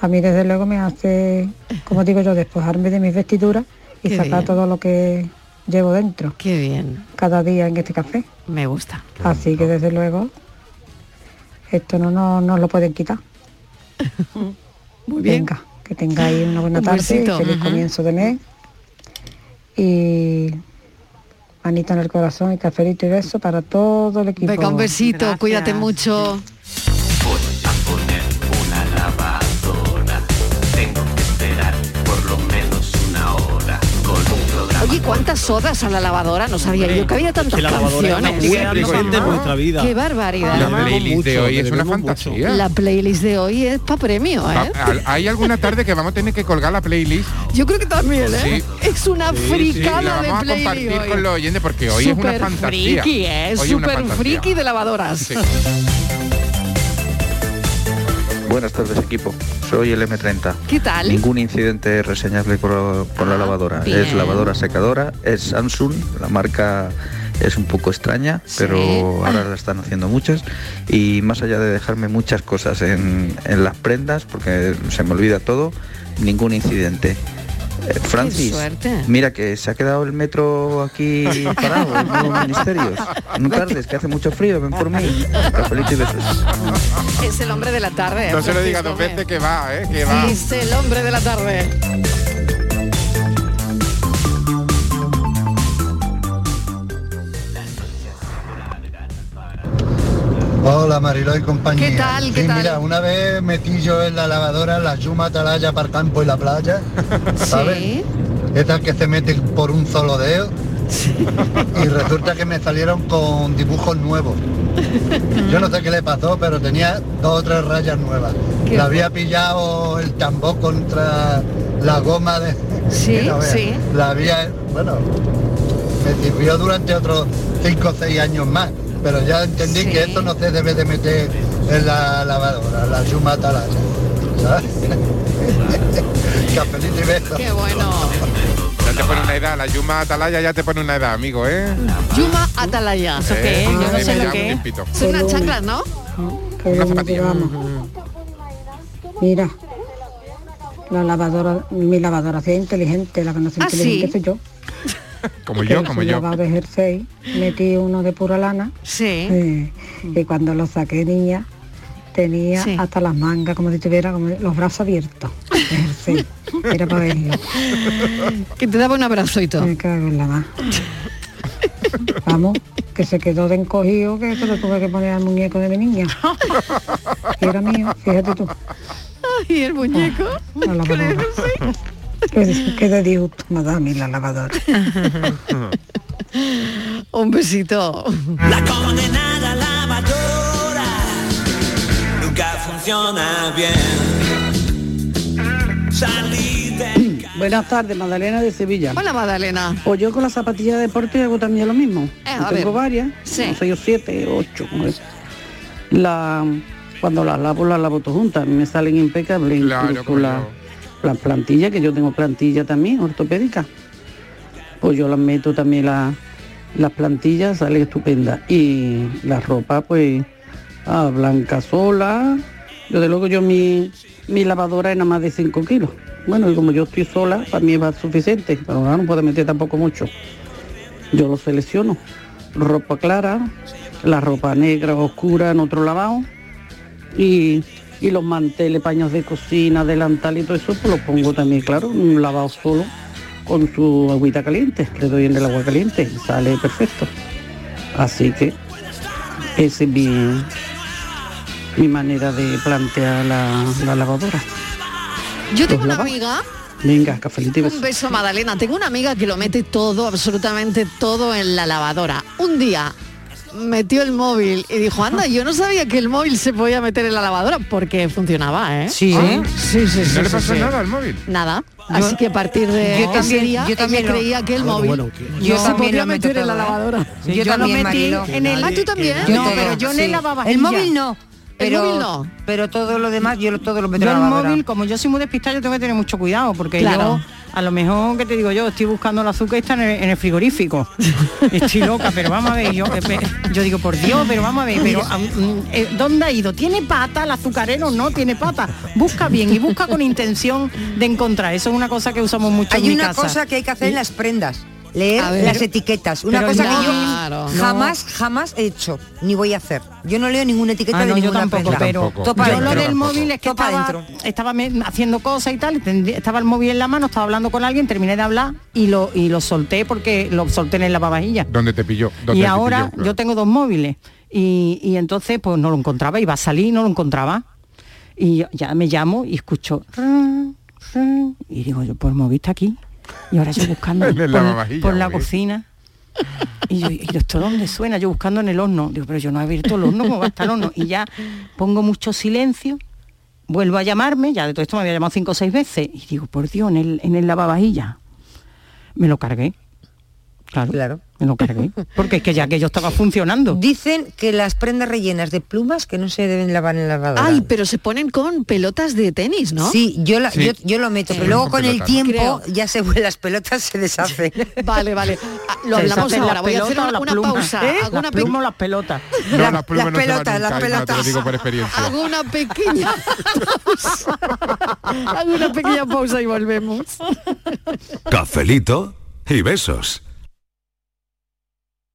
[SPEAKER 24] A mí desde luego me hace, como digo yo, despojarme de mis vestiduras y
[SPEAKER 14] Qué
[SPEAKER 24] sacar
[SPEAKER 14] bien.
[SPEAKER 24] todo lo que llevo dentro.
[SPEAKER 14] Qué bien.
[SPEAKER 24] Cada día en este café.
[SPEAKER 14] Me gusta.
[SPEAKER 24] Así que desde luego, esto no nos no lo pueden quitar.
[SPEAKER 14] Muy bien.
[SPEAKER 24] Venga, que tengáis una buena
[SPEAKER 14] Un
[SPEAKER 24] tarde,
[SPEAKER 14] besito.
[SPEAKER 24] feliz
[SPEAKER 14] Ajá.
[SPEAKER 24] comienzo de mes. Y manita en el corazón y cafelito y beso para todo el equipo.
[SPEAKER 14] Venga, un besito, cuídate mucho. ¿Cuántas sodas a la lavadora? No sabía yo que había tantas
[SPEAKER 18] que la lavadora es una
[SPEAKER 14] canciones.
[SPEAKER 18] muy presente en nuestra vida.
[SPEAKER 14] Qué barbaridad.
[SPEAKER 15] La playlist de hoy es una fantasía.
[SPEAKER 14] La playlist de hoy es para premio, ¿eh?
[SPEAKER 15] Va- Ah, al- Hay alguna tarde que vamos a tener que colgar la playlist.
[SPEAKER 14] Yo creo que también, ¿eh? Es una
[SPEAKER 15] la
[SPEAKER 14] fricada
[SPEAKER 15] vamos a
[SPEAKER 14] de
[SPEAKER 15] compartir
[SPEAKER 14] playlist.
[SPEAKER 15] con los
[SPEAKER 14] hoy.
[SPEAKER 15] oyentes porque hoy es
[SPEAKER 14] Súper
[SPEAKER 15] una fantasía.
[SPEAKER 14] friki, ¿eh?
[SPEAKER 15] Hoy es una
[SPEAKER 14] Súper
[SPEAKER 15] fantasía.
[SPEAKER 14] friki de lavadoras.
[SPEAKER 15] Sí.
[SPEAKER 25] Buenas tardes equipo, soy el M30.
[SPEAKER 14] ¿Qué tal?
[SPEAKER 25] Ningún incidente reseñable por, por la lavadora.
[SPEAKER 14] bien.
[SPEAKER 25] Es lavadora secadora, es Samsung, la marca es un poco extraña, pero ahora la están haciendo muchas. Y más allá de dejarme muchas cosas en, en las prendas, porque se me olvida todo, ningún incidente. Eh, Francis,
[SPEAKER 14] suerte.
[SPEAKER 25] mira que se ha quedado el metro aquí parado en los ministerios. No tardes, que hace mucho frío, ven por mí. Cafelito y besos.
[SPEAKER 14] Es el hombre de la tarde. ¿eh,
[SPEAKER 15] No se lo diga
[SPEAKER 14] Francisco?
[SPEAKER 15] dos veces que va, ¿eh? Que va.
[SPEAKER 14] Es el hombre de la tarde.
[SPEAKER 26] Hola Mariló y compañía.
[SPEAKER 14] ¿Qué tal, qué
[SPEAKER 26] Sí,
[SPEAKER 14] tal?
[SPEAKER 26] Mira, una vez metí yo en la lavadora la yuma atalaya para el campo y la playa, ¿sabes?
[SPEAKER 14] Sí.
[SPEAKER 26] Estas que se meten por un solo dedo. Y resulta que me salieron con dibujos nuevos. Yo no sé qué le pasó, pero tenía dos o tres rayas nuevas.
[SPEAKER 14] Qué
[SPEAKER 26] Le
[SPEAKER 14] fu-
[SPEAKER 26] había pillado el tambor contra la goma de...
[SPEAKER 14] Sí,
[SPEAKER 26] que no veas.
[SPEAKER 14] sí.
[SPEAKER 26] La había... Bueno, me sirvió durante otros 5 o 6 años más, pero ya entendí que esto no se debe de meter en la lavadora, la yuma atalaya. ¿sabes? Cafelito y besos.
[SPEAKER 14] Qué bueno.
[SPEAKER 15] Ya te pone una edad, la Yuma Atalaya ya te pone una edad, amigo, ¿eh?
[SPEAKER 14] Yuma Atalaya.
[SPEAKER 15] ¿Eso qué es? Yo no sé lo que es.
[SPEAKER 14] Son unas chanclas, ¿no?
[SPEAKER 24] Qué bien llevamos. Mira, la lavadora, mi lavadora sí es inteligente, la que no es
[SPEAKER 14] Ah,
[SPEAKER 24] inteligente
[SPEAKER 14] ¿sí?
[SPEAKER 24] soy yo.
[SPEAKER 15] Como
[SPEAKER 24] Que
[SPEAKER 15] yo, como
[SPEAKER 24] hice un
[SPEAKER 15] yo.
[SPEAKER 24] lavado de jersey, metí uno de pura lana.
[SPEAKER 14] Sí.
[SPEAKER 24] y cuando lo saqué, niña, tenía
[SPEAKER 14] Sí.
[SPEAKER 24] hasta las mangas, como si tuviera como los brazos abiertos. de jersey. Era para verlo.
[SPEAKER 14] Que te daba un abrazo y todo.
[SPEAKER 24] Me cago en la más. Vamos, que se quedó de encogido, que se lo tuve que poner al muñeco de mi niña. Y era mío, fíjate tú. Ah,
[SPEAKER 14] Ay, el muñeco.
[SPEAKER 24] La lavadora. Que, que de disgusto me da a mí la lavadora.
[SPEAKER 14] Un besito.
[SPEAKER 8] La lavadora nunca funciona bien. Salí de
[SPEAKER 20] Buenas tardes, Magdalena de Sevilla.
[SPEAKER 14] Hola, Magdalena. Eh,
[SPEAKER 20] Pues yo con la zapatilla de deporte hago también lo mismo.
[SPEAKER 14] a
[SPEAKER 20] Yo tengo
[SPEAKER 14] ver.
[SPEAKER 20] varias,
[SPEAKER 14] Sí.
[SPEAKER 20] no sé yo siete, ocho. como es. La, cuando las lavo, las lavo todas juntas, me salen impecables.
[SPEAKER 15] Claro,
[SPEAKER 20] incluso
[SPEAKER 15] como
[SPEAKER 20] la, la plantilla, que yo tengo plantilla también, ortopédica. Pues yo las meto también la- las plantillas, salen estupendas. Y la ropa, pues, a blanca sola. Yo de luego yo mi, mi lavadora es nada más de 5 kilos. Bueno, y como yo estoy sola, para mí va suficiente, pero no, no puedo meter tampoco mucho. Yo lo selecciono. Ropa clara, la ropa negra oscura en otro lavado y, y los manteles, paños de cocina, delantal y todo eso, pues los pongo también, claro, en un lavado solo con su agüita caliente. Le doy en el agua caliente y sale perfecto. Así que ese es mi, mi manera de plantear la, la lavadora.
[SPEAKER 14] Yo
[SPEAKER 20] Los
[SPEAKER 14] tengo una
[SPEAKER 20] lavados.
[SPEAKER 14] amiga
[SPEAKER 20] Venga, cafelito y besos.
[SPEAKER 14] Un beso, Madalena. Tengo una amiga que lo mete todo, absolutamente todo en la lavadora. Un día metió el móvil y dijo, anda, yo no sabía que el móvil se podía meter en la lavadora porque funcionaba, ¿eh?
[SPEAKER 15] Sí.
[SPEAKER 14] Ah, sí, sí, sí.
[SPEAKER 15] ¿No le
[SPEAKER 14] sí,
[SPEAKER 15] pasó
[SPEAKER 14] sí.
[SPEAKER 15] nada al móvil?
[SPEAKER 14] Nada. Así que a partir de
[SPEAKER 17] Yo
[SPEAKER 14] ese
[SPEAKER 17] también-
[SPEAKER 14] día,
[SPEAKER 17] yo también
[SPEAKER 14] ella
[SPEAKER 17] lo-
[SPEAKER 14] creía que el
[SPEAKER 17] Bueno,
[SPEAKER 14] móvil
[SPEAKER 17] bueno, que-
[SPEAKER 14] no
[SPEAKER 17] yo
[SPEAKER 14] se
[SPEAKER 17] también
[SPEAKER 14] podía
[SPEAKER 17] lo meto
[SPEAKER 14] meter en la
[SPEAKER 17] todo, ¿eh?
[SPEAKER 14] lavadora.
[SPEAKER 17] Sí, yo también, Mariló.
[SPEAKER 14] en el... Ah, tú también.
[SPEAKER 17] Yo todo, sí. El móvil no. Pero,
[SPEAKER 14] móvil no.
[SPEAKER 17] pero todo lo demás, yo lo, todo lo meto
[SPEAKER 19] Yo
[SPEAKER 17] en
[SPEAKER 19] el
[SPEAKER 17] la lavadora.
[SPEAKER 19] móvil, como yo soy muy despistada, yo tengo que tener mucho cuidado, porque
[SPEAKER 17] Claro.
[SPEAKER 19] yo, a lo mejor, que te digo yo, estoy buscando el azúcar y está en el, en el frigorífico. estoy loca, pero vamos a ver, yo, eh, yo digo, por Dios, pero vamos a ver, pero ah, mm, eh, ¿dónde ha ido? ¿Tiene pata el azucarero? No, tiene pata. Busca bien y busca con intención de encontrar. Eso es una cosa que usamos mucho en
[SPEAKER 17] Hay
[SPEAKER 19] mi
[SPEAKER 17] una
[SPEAKER 19] casa.
[SPEAKER 17] cosa que hay que hacer en las prendas. Leer
[SPEAKER 19] A ver.
[SPEAKER 17] las etiquetas. Una
[SPEAKER 19] Pero
[SPEAKER 17] cosa
[SPEAKER 19] no,
[SPEAKER 17] que yo
[SPEAKER 19] claro.
[SPEAKER 17] jamás, jamás he hecho, ni voy a hacer. Yo no leo ninguna etiqueta
[SPEAKER 19] Ah,
[SPEAKER 17] de
[SPEAKER 19] no, yo
[SPEAKER 17] ninguna
[SPEAKER 19] tampoco,
[SPEAKER 17] prenda.
[SPEAKER 19] pero
[SPEAKER 17] Todo para
[SPEAKER 19] yo lo
[SPEAKER 17] adentro.
[SPEAKER 19] del móvil es que
[SPEAKER 17] Todo para
[SPEAKER 19] estaba,
[SPEAKER 17] adentro.
[SPEAKER 19] estaba me- haciendo cosas y tal, y tendí- estaba el móvil en la mano, estaba hablando con alguien, terminé de hablar y lo y lo solté porque lo solté en la pavajilla.
[SPEAKER 15] ¿Dónde te pilló? ¿Dónde
[SPEAKER 19] Y
[SPEAKER 15] te
[SPEAKER 19] ahora
[SPEAKER 15] pilló? Claro.
[SPEAKER 19] yo tengo dos móviles y, y entonces pues no lo encontraba, iba a salir y no lo encontraba. Y yo- ya me llamo y escucho, "Ran, ran", y digo yo, pues el móvil está aquí. Y ahora yo buscando
[SPEAKER 23] En el
[SPEAKER 19] por,
[SPEAKER 23] lavavajillas,
[SPEAKER 19] por la
[SPEAKER 23] hombre.
[SPEAKER 19] cocina. Y yo, ¿y esto dónde suena? Yo buscando en el horno. Digo, pero yo no he abierto el horno, ¿cómo va a estar el horno? Y ya pongo mucho silencio, vuelvo a llamarme, ya de todo esto me había llamado cinco o seis veces, y digo, por Dios, en el, en el lavavajillas. Me lo cargué. Claro, Me lo cargué. Porque es que ya que yo estaba funcionando.
[SPEAKER 17] Dicen que las prendas rellenas de plumas que no se deben lavar en la lavadora.
[SPEAKER 14] Ay, pero se ponen con pelotas de tenis, ¿no?
[SPEAKER 17] Sí, yo, la- Yo, yo lo meto,
[SPEAKER 14] Sí.
[SPEAKER 17] pero luego con el
[SPEAKER 14] Creo.
[SPEAKER 17] tiempo ya se vuel- las pelotas se deshacen.
[SPEAKER 14] Vale, vale. Ah, Lo
[SPEAKER 17] Se
[SPEAKER 14] hablamos
[SPEAKER 17] deshacen
[SPEAKER 14] ahora.
[SPEAKER 17] las
[SPEAKER 14] Voy a hacer
[SPEAKER 17] pelotas,
[SPEAKER 14] una,
[SPEAKER 17] las
[SPEAKER 14] una
[SPEAKER 17] plumas.
[SPEAKER 14] pausa.
[SPEAKER 17] ¿Eh?
[SPEAKER 14] Hago
[SPEAKER 17] Las
[SPEAKER 14] una pe-
[SPEAKER 17] plumas,
[SPEAKER 19] las pelotas.
[SPEAKER 23] No,
[SPEAKER 14] La-
[SPEAKER 23] las plumas
[SPEAKER 14] las
[SPEAKER 23] no se van
[SPEAKER 14] pelotas,
[SPEAKER 23] nunca,
[SPEAKER 14] las
[SPEAKER 23] Inma, te lo
[SPEAKER 14] pelotas. Ah,
[SPEAKER 23] digo por experiencia.
[SPEAKER 14] Hago una pequeña pausa. Hago una pequeña pausa y volvemos.
[SPEAKER 27] Cafelito y besos.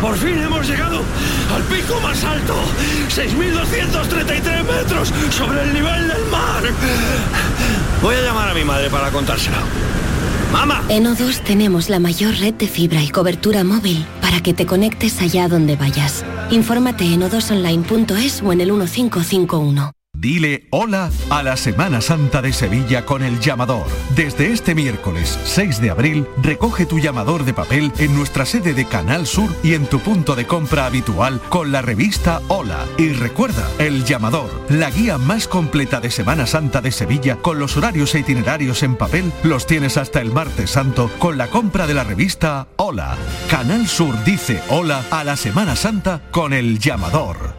[SPEAKER 16] Por fin hemos llegado al pico más alto, 6.233 metros sobre el nivel del mar. Voy a llamar a mi madre para contárselo.
[SPEAKER 28] ¡Mamá! En O2 tenemos la mayor red de fibra y cobertura móvil para que te conectes allá donde vayas. Infórmate en o2online.es o en el 1551.
[SPEAKER 29] Dile hola a la Semana Santa de Sevilla con el llamador. Desde este miércoles 6 de abril, recoge tu llamador de papel en nuestra sede de Canal Sur y en tu punto de compra habitual con la revista Hola. Y recuerda, el llamador, la guía más completa de Semana Santa de Sevilla con los horarios e itinerarios en papel, los tienes hasta el martes santo con la compra de la revista Hola. Canal Sur dice hola a la Semana Santa con el llamador.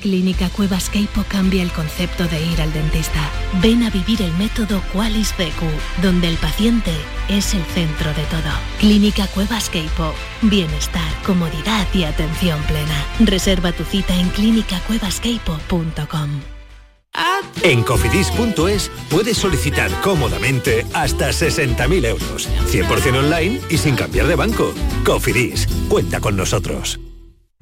[SPEAKER 8] Clínica Cuevas Keipo cambia el concepto de ir al dentista. Ven a vivir el método Qualis BQ, donde el paciente es el centro de todo. Clínica Cuevas Keipo. Bienestar, comodidad y atención plena. Reserva tu cita en clínicacuevasqueipo.com.
[SPEAKER 30] En cofidis.es puedes solicitar cómodamente hasta 60.000 euros, 100% online y sin cambiar de banco. Cofidis, cuenta con nosotros.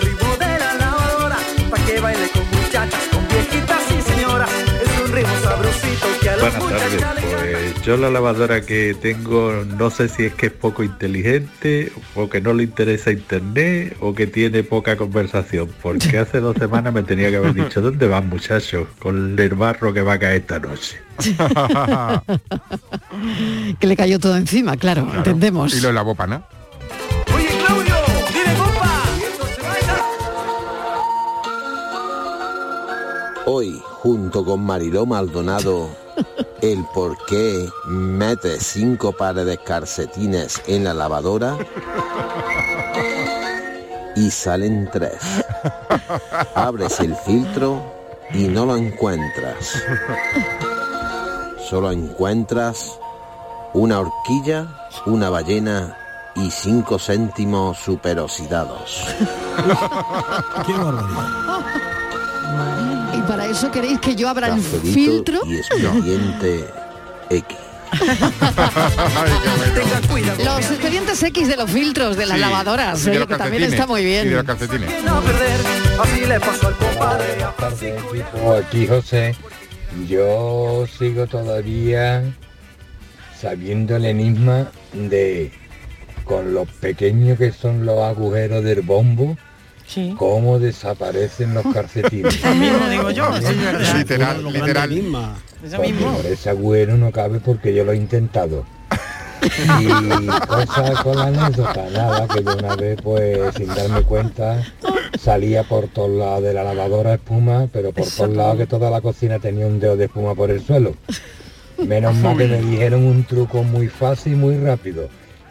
[SPEAKER 31] ritmo de la lavadora Pa' que baile con muchachas, con viejitas y señoras Es un ritmo sabrosito que a los
[SPEAKER 10] Buenas tardes,
[SPEAKER 31] muchachos
[SPEAKER 10] pues yo la lavadora que tengo no sé si es que es poco inteligente o que no le interesa internet o que tiene poca conversación, porque hace dos semanas me tenía que haber dicho, ¿dónde van muchachos? Con el barro que va a caer esta noche.
[SPEAKER 14] que le cayó todo encima, claro, entendemos.
[SPEAKER 23] Y lo lavó pana.
[SPEAKER 32] Hoy, junto con Mariló Maldonado, el por qué mete cinco pares de calcetines en la lavadora y salen tres. Abres el filtro y no lo encuentras. Solo encuentras una horquilla, una ballena y cinco céntimos superoxidados.
[SPEAKER 18] Qué barbaridad.
[SPEAKER 14] Y para eso queréis que yo abra el
[SPEAKER 32] Cafelito
[SPEAKER 14] filtro.
[SPEAKER 32] y expediente X.
[SPEAKER 14] Los expedientes X de los filtros de las
[SPEAKER 15] Sí,
[SPEAKER 14] lavadoras,
[SPEAKER 15] y de
[SPEAKER 14] oye,
[SPEAKER 15] los
[SPEAKER 14] que también
[SPEAKER 15] calcetines,
[SPEAKER 14] está muy
[SPEAKER 15] Y de los
[SPEAKER 14] bien.
[SPEAKER 15] calcetines.
[SPEAKER 33] Así le pasó al compadre.
[SPEAKER 34] Buenas tardes, equipo. Aquí José. Yo sigo todavía sabiendo el enigma de con lo pequeños que son los agujeros del bombo, cómo desaparecen los calcetines.
[SPEAKER 19] Mismo digo yo, sí, es verdad.
[SPEAKER 15] Literal, literal.
[SPEAKER 19] Eso mismo.
[SPEAKER 34] Porque Por ese agüero no cabe porque yo lo he intentado. Y cosas con la anécdota, nada, que yo una vez pues sin darme cuenta salía por todos lados de la lavadora espuma, pero por todos lados que toda la cocina tenía un dedo de espuma por el suelo. Menos mal que me dijeron un truco muy fácil y muy rápido,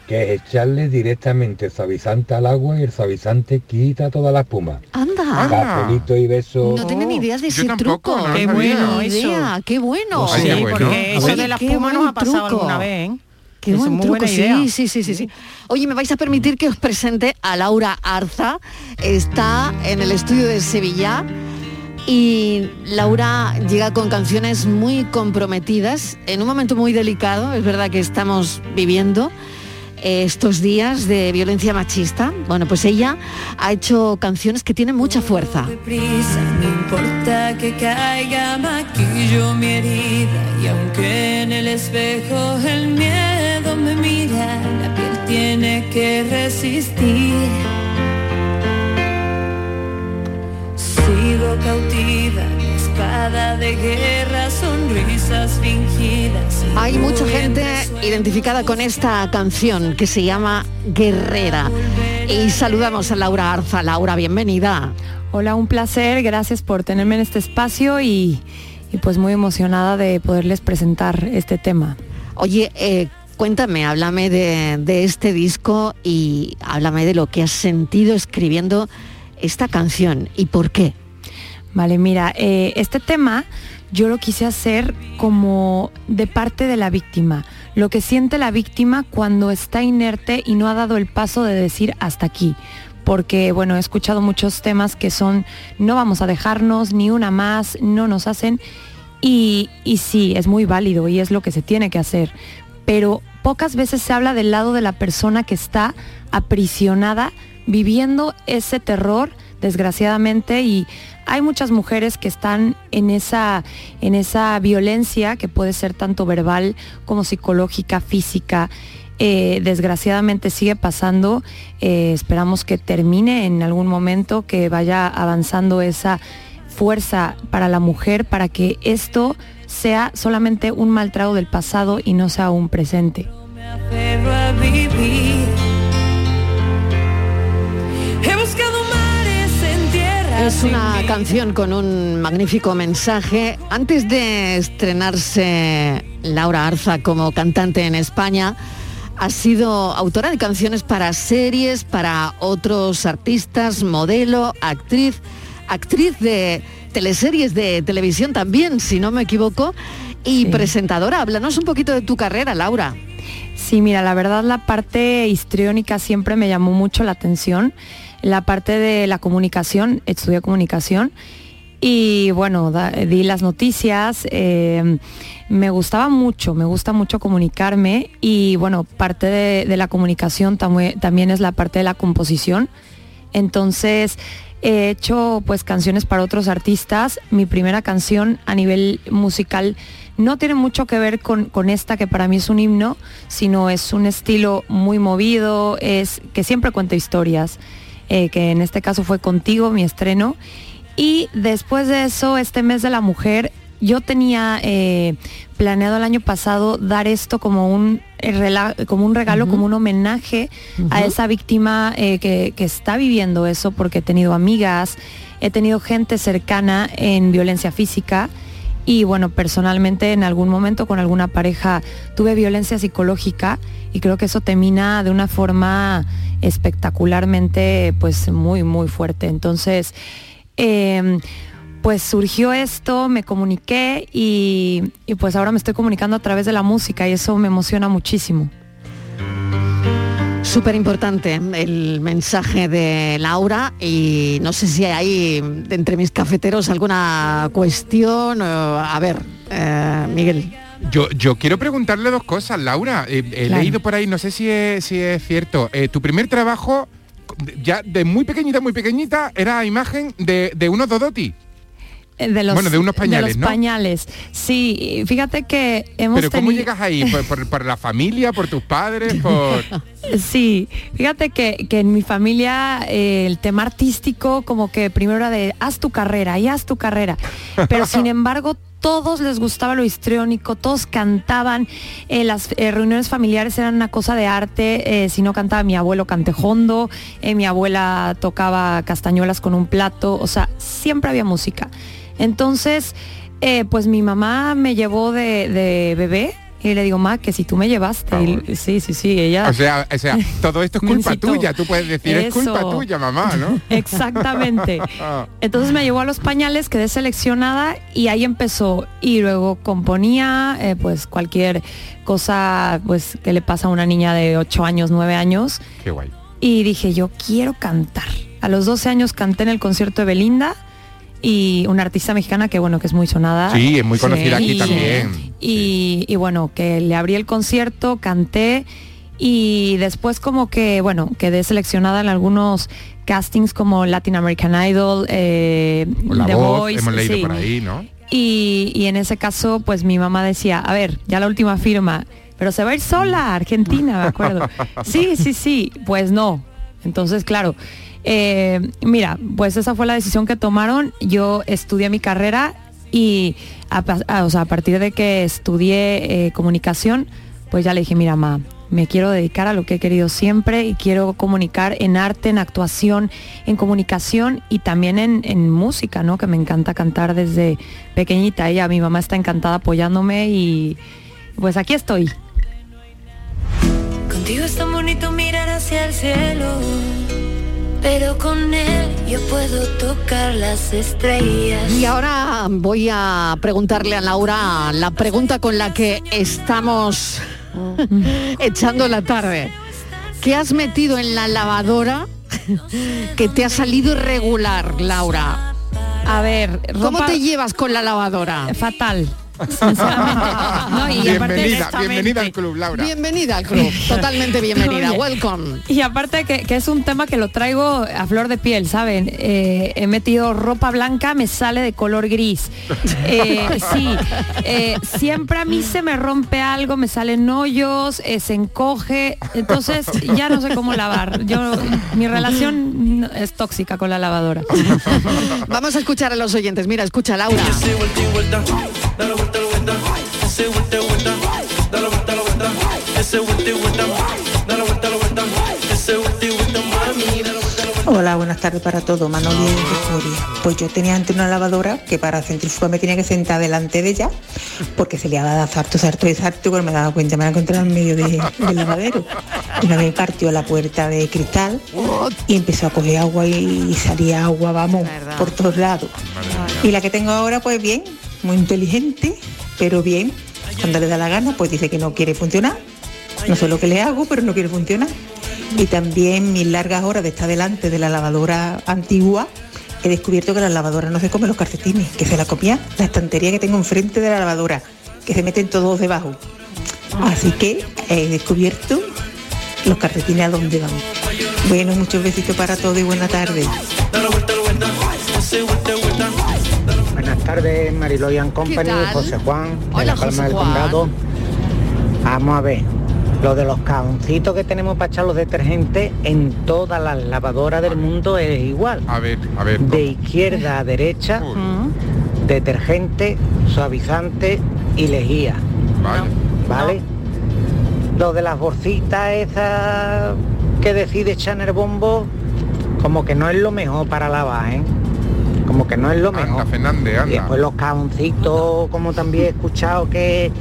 [SPEAKER 34] que es echarle directamente suavizante al agua y el suavizante quita toda la espuma.
[SPEAKER 14] Anda.
[SPEAKER 34] Cafelito y beso.
[SPEAKER 14] No tenía ni idea de
[SPEAKER 34] Yo
[SPEAKER 14] ese
[SPEAKER 34] tampoco,
[SPEAKER 14] truco.
[SPEAKER 34] no lo Qué sabía. bueno
[SPEAKER 14] Ni idea, Qué bueno.
[SPEAKER 34] Sí, Ay, qué porque bueno.
[SPEAKER 19] eso de la
[SPEAKER 14] Qué
[SPEAKER 19] espuma nos
[SPEAKER 14] buen
[SPEAKER 19] ha pasado
[SPEAKER 14] truco.
[SPEAKER 19] alguna vez, ¿eh?
[SPEAKER 14] Qué
[SPEAKER 19] Eso es
[SPEAKER 14] buen
[SPEAKER 19] muy
[SPEAKER 14] truco,
[SPEAKER 19] buena idea.
[SPEAKER 14] sí, sí, sí, sí, sí. Oye, me vais a permitir que os presente a Laura Arza. Está en el estudio de Sevilla y Laura llega con canciones muy comprometidas en un momento muy delicado, es verdad que estamos viviendo eh, estos días de violencia machista. Bueno, pues ella ha hecho canciones que tienen mucha fuerza.
[SPEAKER 7] prisa, no importa que caiga, maquillo mi herida y aunque en el espejo el miedo me mira, la piel tiene que resistir. Sigo cautiva, espada de guerra, sonrisas fingidas. y
[SPEAKER 14] Hay mucha gente
[SPEAKER 7] cruentes
[SPEAKER 14] identificada con esta canción que se llama Guerrera. Y saludamos a Laura Arza. Laura, bienvenida.
[SPEAKER 12] Hola, un placer, gracias por tenerme en este espacio y, y pues muy emocionada de poderles presentar este tema.
[SPEAKER 14] Oye, eh, cuéntame, háblame de, de este disco y háblame de lo que has sentido escribiendo esta canción y por qué.
[SPEAKER 12] Vale, mira, eh, este tema yo lo quise hacer como de parte de la víctima, lo que siente la víctima cuando está inerte y no ha dado el paso de decir hasta aquí. Porque, bueno, he escuchado muchos temas que son no vamos a dejarnos, ni una más, no nos hacen. Y, y sí, es muy válido y es lo que se tiene que hacer. Pero pocas veces se habla del lado de la persona que está aprisionada viviendo ese terror, desgraciadamente, y hay muchas mujeres que están en esa, en esa violencia que puede ser tanto verbal como psicológica, física. Eh, desgraciadamente sigue pasando, eh, esperamos que termine en algún momento, que vaya avanzando esa fuerza para la mujer para que esto sea solamente un mal trago del pasado y no sea un presente.
[SPEAKER 7] aferro a vivir. He buscado mares en tierra.
[SPEAKER 14] Es una canción con un magnífico mensaje. Antes de estrenarse Laura Arza como cantante en España, ha sido autora de canciones para series, para otros artistas, modelo, actriz, actriz de teleseries de televisión también, si no me equivoco, y presentadora. Háblanos un poquito de tu carrera, Laura.
[SPEAKER 12] Sí, mira, la verdad la parte histriónica siempre me llamó mucho la atención. La parte de la comunicación, estudié comunicación y bueno, da- di las noticias. eh, me gustaba mucho, me gusta mucho comunicarme y bueno, parte de, de la comunicación tamue- también es la parte de la composición. Entonces he hecho pues canciones para otros artistas. Mi primera canción a nivel musical no tiene mucho que ver con, con esta que para mí es un himno, sino es un estilo muy movido, es que siempre cuenta historias, eh, que en este caso fue contigo, mi estreno. Y después de eso, este mes de la mujer, yo tenía eh, planeado el año pasado dar esto como un, eh, rela- como un regalo, como un homenaje a
[SPEAKER 21] Ujú.
[SPEAKER 12] esa víctima eh, que, que está viviendo eso, porque he tenido amigas, he tenido gente cercana en violencia física Y bueno, personalmente en algún momento con alguna pareja tuve violencia psicológica y creo que eso te mina de una forma espectacularmente, pues muy, muy fuerte. Entonces, eh, pues surgió esto, me comuniqué y, y pues ahora me estoy comunicando a través de la música y eso me emociona muchísimo.
[SPEAKER 14] Súper importante el mensaje de Laura y no sé si hay ahí entre mis cafeteros alguna cuestión. o- a ver, eh, Miguel.
[SPEAKER 15] Yo, yo quiero preguntarle dos cosas, Laura. Eh, He
[SPEAKER 14] Claro.
[SPEAKER 15] leído por ahí, no sé si es, si es cierto. eh, tu primer trabajo, ya de muy pequeñita, muy pequeñita, era a imagen de, de unos Dodoti.
[SPEAKER 12] Eh, De los,
[SPEAKER 15] Bueno, de unos pañales,
[SPEAKER 12] los
[SPEAKER 15] ¿no?
[SPEAKER 12] pañales. Sí, y fíjate que hemos
[SPEAKER 15] Pero ¿cómo
[SPEAKER 12] teni-
[SPEAKER 15] llegas ahí? ¿Por, por- por la familia, por tus padres, por...?
[SPEAKER 12] Sí, fíjate que, que en mi familia eh, el tema artístico como que primero era de haz tu carrera y haz tu carrera, pero sin embargo todos les gustaba lo histriónico, todos cantaban, eh, las eh, reuniones familiares eran una cosa de arte, eh, si no cantaba mi abuelo cantejondo, eh, mi abuela tocaba castañuelas con un plato, o sea, siempre había música. Entonces, eh, pues mi mamá me llevó de, de bebé. Y le digo, ma, que si tú me llevaste. Y- sí, sí, sí, ella...
[SPEAKER 15] O sea, o sea, todo esto es
[SPEAKER 12] Me
[SPEAKER 15] culpa
[SPEAKER 12] incitó.
[SPEAKER 15] tuya. Tú puedes decir, es culpa
[SPEAKER 12] Eso.
[SPEAKER 15] tuya, mamá, ¿no? Ah,
[SPEAKER 12] Exactamente. Entonces me llevó a los pañales, quedé seleccionada y ahí empezó. Y luego componía, eh, pues cualquier cosa pues que le pasa a una niña de 8 años, 9 años.
[SPEAKER 15] Qué guay.
[SPEAKER 12] Y dije, yo quiero cantar. A los 12 años canté en el concierto de Belinda y una artista mexicana que bueno, que es muy sonada.
[SPEAKER 15] Sí, es muy conocida aquí
[SPEAKER 12] Y-
[SPEAKER 15] también.
[SPEAKER 12] y, y bueno, que le abrí el concierto, canté y después como que, bueno, quedé seleccionada en algunos castings como Latin American Idol, eh,
[SPEAKER 15] Con la
[SPEAKER 12] The
[SPEAKER 15] voz,
[SPEAKER 12] Voice,
[SPEAKER 15] hemos leído
[SPEAKER 12] sí.
[SPEAKER 15] por ahí, ¿no?
[SPEAKER 12] Y, y en ese caso, pues mi mamá decía, a ver, ya la última firma, pero se va a ir sola a Argentina, me acuerdo. sí, sí, sí, pues no. Entonces, claro, eh, mira, pues esa fue la decisión que tomaron. Yo estudié mi carrera y a, pa- a- o sea, a partir de que estudié eh, comunicación, pues ya le dije, mira, mamá, me quiero dedicar a lo que he querido siempre y quiero comunicar en arte, en actuación, en comunicación y también en, en música, ¿no? Que me encanta cantar desde pequeñita. Ella, mi mamá está encantada apoyándome y pues aquí estoy.
[SPEAKER 7] Contigo es tan bonito mirar hacia el cielo, pero con él yo puedo tocar las estrellas.
[SPEAKER 14] Y ahora voy a preguntarle a Laura la pregunta con la que estamos echando la tarde. ¿Qué has metido en la lavadora que te ha salido irregular, Laura?
[SPEAKER 12] A ver,
[SPEAKER 14] ¿cómo
[SPEAKER 12] ropa-
[SPEAKER 14] te llevas con la lavadora?
[SPEAKER 12] Fatal. No, y aparte-
[SPEAKER 15] bienvenida, bienvenida al
[SPEAKER 12] Exactamente.
[SPEAKER 15] club, Laura.
[SPEAKER 14] Bienvenida al club, totalmente bienvenida,
[SPEAKER 12] Oye,
[SPEAKER 14] welcome.
[SPEAKER 12] Y aparte que, que es un tema que lo traigo a flor de piel, ¿saben? Eh, he metido ropa blanca, me sale de color gris. Eh, sí, eh, siempre a mí se me rompe algo, me salen hoyos, eh, se encoge, entonces ya no sé cómo lavar. Yo, mi relación no- es tóxica con la lavadora.
[SPEAKER 14] Vamos a escuchar a los oyentes. Mira, escucha a Laura.
[SPEAKER 33] Ese vuelta, vuelta, dale vuelta, la vuelta. Ese vuelta, vuelta, dale vuelta, la vuelta. Ese vuelta, vuelta, mami, dale vuelta.
[SPEAKER 17] Hola, buenas tardes para todos. Manoli de Victoria. Pues yo tenía antes una lavadora que para centrifugar me tenía que sentar delante de ella porque se le iba a dar sarto, sarto y sarto y cuando me daba cuenta me la encontraba en medio de- del lavadero. Y Una vez partió la puerta de cristal y empezó a coger agua y salía agua, vamos, por todos lados. Y la que tengo ahora, pues bien, muy inteligente, pero bien. Cuando le da la gana, pues dice que no quiere funcionar. No sé lo que le hago, pero no quiere funcionar. Y también mis largas horas de estar delante de la lavadora antigua, he descubierto que la lavadora no se come los calcetines, que se la comía la estantería que tengo enfrente de la lavadora, que se meten todos debajo. Así que he descubierto los calcetines a dónde van. Bueno, muchos besitos para todos y buena tarde.
[SPEAKER 21] Buenas tardes, Mariloyan Company, tal? José Juan, de Hola, La Palma José del Juan. Condado. Vamos a ver, lo de los cajoncitos que tenemos para echar los detergentes en todas las lavadoras del mundo es igual.
[SPEAKER 15] A ver, a ver.
[SPEAKER 21] De izquierda a derecha, detergente, suavizante y lejía.
[SPEAKER 15] Vale.
[SPEAKER 21] ¿Vale? Lo de las bolsitas esas que decide echar en el bombo, como que no es lo mejor para lavar, ¿eh? como que no es lo
[SPEAKER 15] Anda,
[SPEAKER 21] mejor.
[SPEAKER 15] Fernández, anda.
[SPEAKER 21] Y
[SPEAKER 18] pues,
[SPEAKER 21] después los cajoncitos, como también he escuchado que,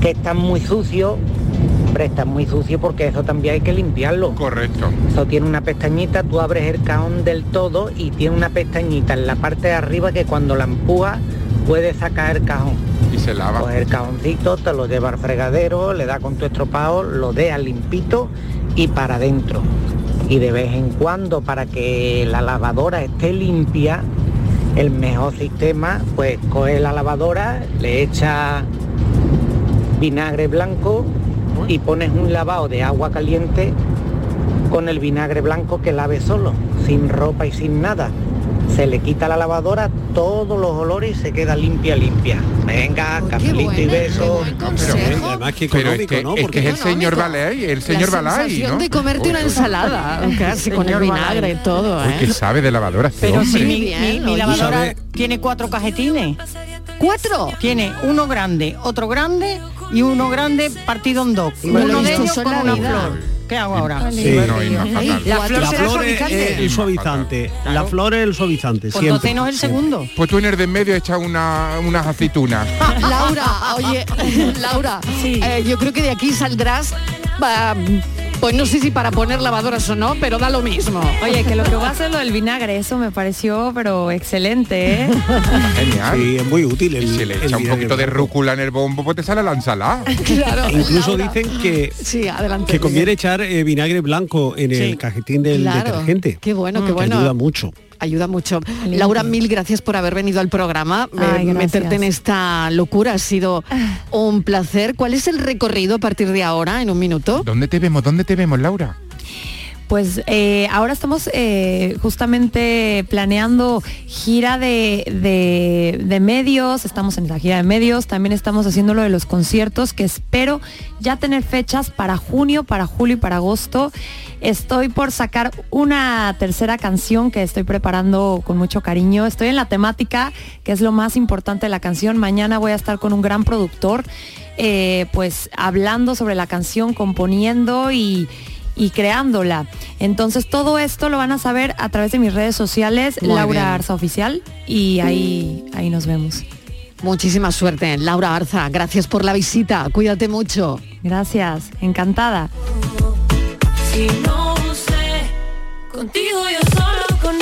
[SPEAKER 21] que están muy sucios, hombre, están muy sucios porque eso también hay que limpiarlo.
[SPEAKER 15] Correcto.
[SPEAKER 21] Eso tiene una pestañita, tú abres el cajón del todo y tiene una pestañita en la parte de arriba que cuando la empujas puedes sacar el cajón.
[SPEAKER 15] Y se lava.
[SPEAKER 21] Coge el cajoncito, te lo lleva al fregadero, le da con tu estropado, lo deja limpito y para adentro. Y de vez en cuando, para que la lavadora esté limpia, el mejor sistema, pues coge la lavadora, le echa vinagre blanco y pones un lavado de agua caliente con el vinagre blanco que lave solo, sin ropa y sin nada. Se le quita la lavadora todos los olores y se queda limpia, limpia. Venga, cafelito y besos.
[SPEAKER 15] Pero,
[SPEAKER 18] Además que
[SPEAKER 15] pero
[SPEAKER 18] económico,
[SPEAKER 15] este,
[SPEAKER 18] ¿no?
[SPEAKER 15] es que
[SPEAKER 18] Porque-
[SPEAKER 15] es el señor Balay, el señor
[SPEAKER 14] la
[SPEAKER 15] Balay,
[SPEAKER 14] sensación
[SPEAKER 15] ¿no?
[SPEAKER 14] de comerte una ensalada, casi con el
[SPEAKER 19] Señor Balay.
[SPEAKER 14] vinagre y todo,
[SPEAKER 15] Uy,
[SPEAKER 14] ¿eh?
[SPEAKER 15] que sabe de lavadora este
[SPEAKER 19] Pero
[SPEAKER 15] hombre.
[SPEAKER 19] sí, mi, mi- mi
[SPEAKER 14] oye.
[SPEAKER 19] lavadora
[SPEAKER 15] ¿Sabe?
[SPEAKER 19] tiene cuatro cajetines. ¿Cuatro? Tiene uno grande, otro grande y uno grande partido en dos.
[SPEAKER 14] Y no lo
[SPEAKER 19] uno
[SPEAKER 14] he
[SPEAKER 19] de
[SPEAKER 14] visto
[SPEAKER 19] ellos
[SPEAKER 14] sola
[SPEAKER 19] con una
[SPEAKER 14] en mi vida.
[SPEAKER 19] flor. ¿Qué hago ahora?
[SPEAKER 18] Sí, no, es más fatal.
[SPEAKER 14] La flor será
[SPEAKER 18] flor es-
[SPEAKER 14] suavizante.
[SPEAKER 15] eh,
[SPEAKER 18] es el suavizante. La flor es el suavizante.
[SPEAKER 15] Pues
[SPEAKER 18] siempre,
[SPEAKER 15] entonces no es el
[SPEAKER 18] siempre.
[SPEAKER 19] segundo.
[SPEAKER 15] Pues tú en el de en medio echa una, unas aceitunas.
[SPEAKER 14] Laura, oye, Laura, eh, yo creo que de aquí saldrás, va, pues no sé si para poner lavadoras o no, pero da lo mismo.
[SPEAKER 12] Oye, que lo que va a hacer lo del vinagre, eso me pareció, pero excelente, ¿eh?
[SPEAKER 15] Genial.
[SPEAKER 18] Sí, es muy útil. El,
[SPEAKER 15] si le echa un poquito de rúcula en el bombo, pues te sale la ensalada.
[SPEAKER 14] Claro,
[SPEAKER 18] E Incluso dicen que,
[SPEAKER 14] Sí, adelante.
[SPEAKER 18] que
[SPEAKER 14] Miguel.
[SPEAKER 18] conviene echar eh, vinagre blanco en el cajetín del
[SPEAKER 14] Claro.
[SPEAKER 18] detergente.
[SPEAKER 14] Qué bueno, qué
[SPEAKER 18] que
[SPEAKER 14] bueno.
[SPEAKER 18] Ayuda mucho.
[SPEAKER 14] Ayuda mucho. Laura, mil gracias por haber venido al programa, eh,
[SPEAKER 12] Ay, gracias.
[SPEAKER 14] meterte en esta locura. Ha sido un placer. ¿Cuál es el recorrido a partir de ahora, en un minuto?
[SPEAKER 15] ¿Dónde te vemos? ¿Dónde te vemos, Laura?
[SPEAKER 12] Pues eh, ahora estamos eh, justamente planeando gira de, de- de medios, estamos en la gira de medios, también estamos haciendo lo de los conciertos, que espero ya tener fechas para junio, para julio y para agosto. Estoy por sacar una tercera canción que estoy preparando con mucho cariño. Estoy en la temática, que es lo más importante de la canción. Mañana voy a estar con un gran productor, eh, pues hablando sobre la canción, componiendo y y creándola. Entonces todo esto lo van a saber a través de mis redes sociales,
[SPEAKER 14] Muy
[SPEAKER 12] Laura
[SPEAKER 14] bien.
[SPEAKER 12] Arza Oficial, y ahí, ahí nos vemos.
[SPEAKER 14] Muchísima suerte, Laura Arza. Gracias por la visita. Cuídate mucho.
[SPEAKER 12] Gracias, encantada.
[SPEAKER 7] Si no sé, contigo yo solo con él.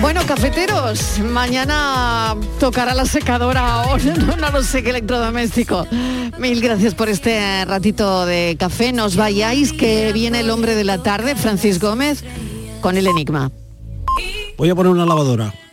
[SPEAKER 14] Bueno, cafeteros, mañana tocará la secadora o no, no lo sé qué electrodoméstico. Mil gracias por este ratito de café. No os vayáis, que viene el hombre de la tarde, Francis Gómez, con el enigma.
[SPEAKER 18] Voy a poner una lavadora.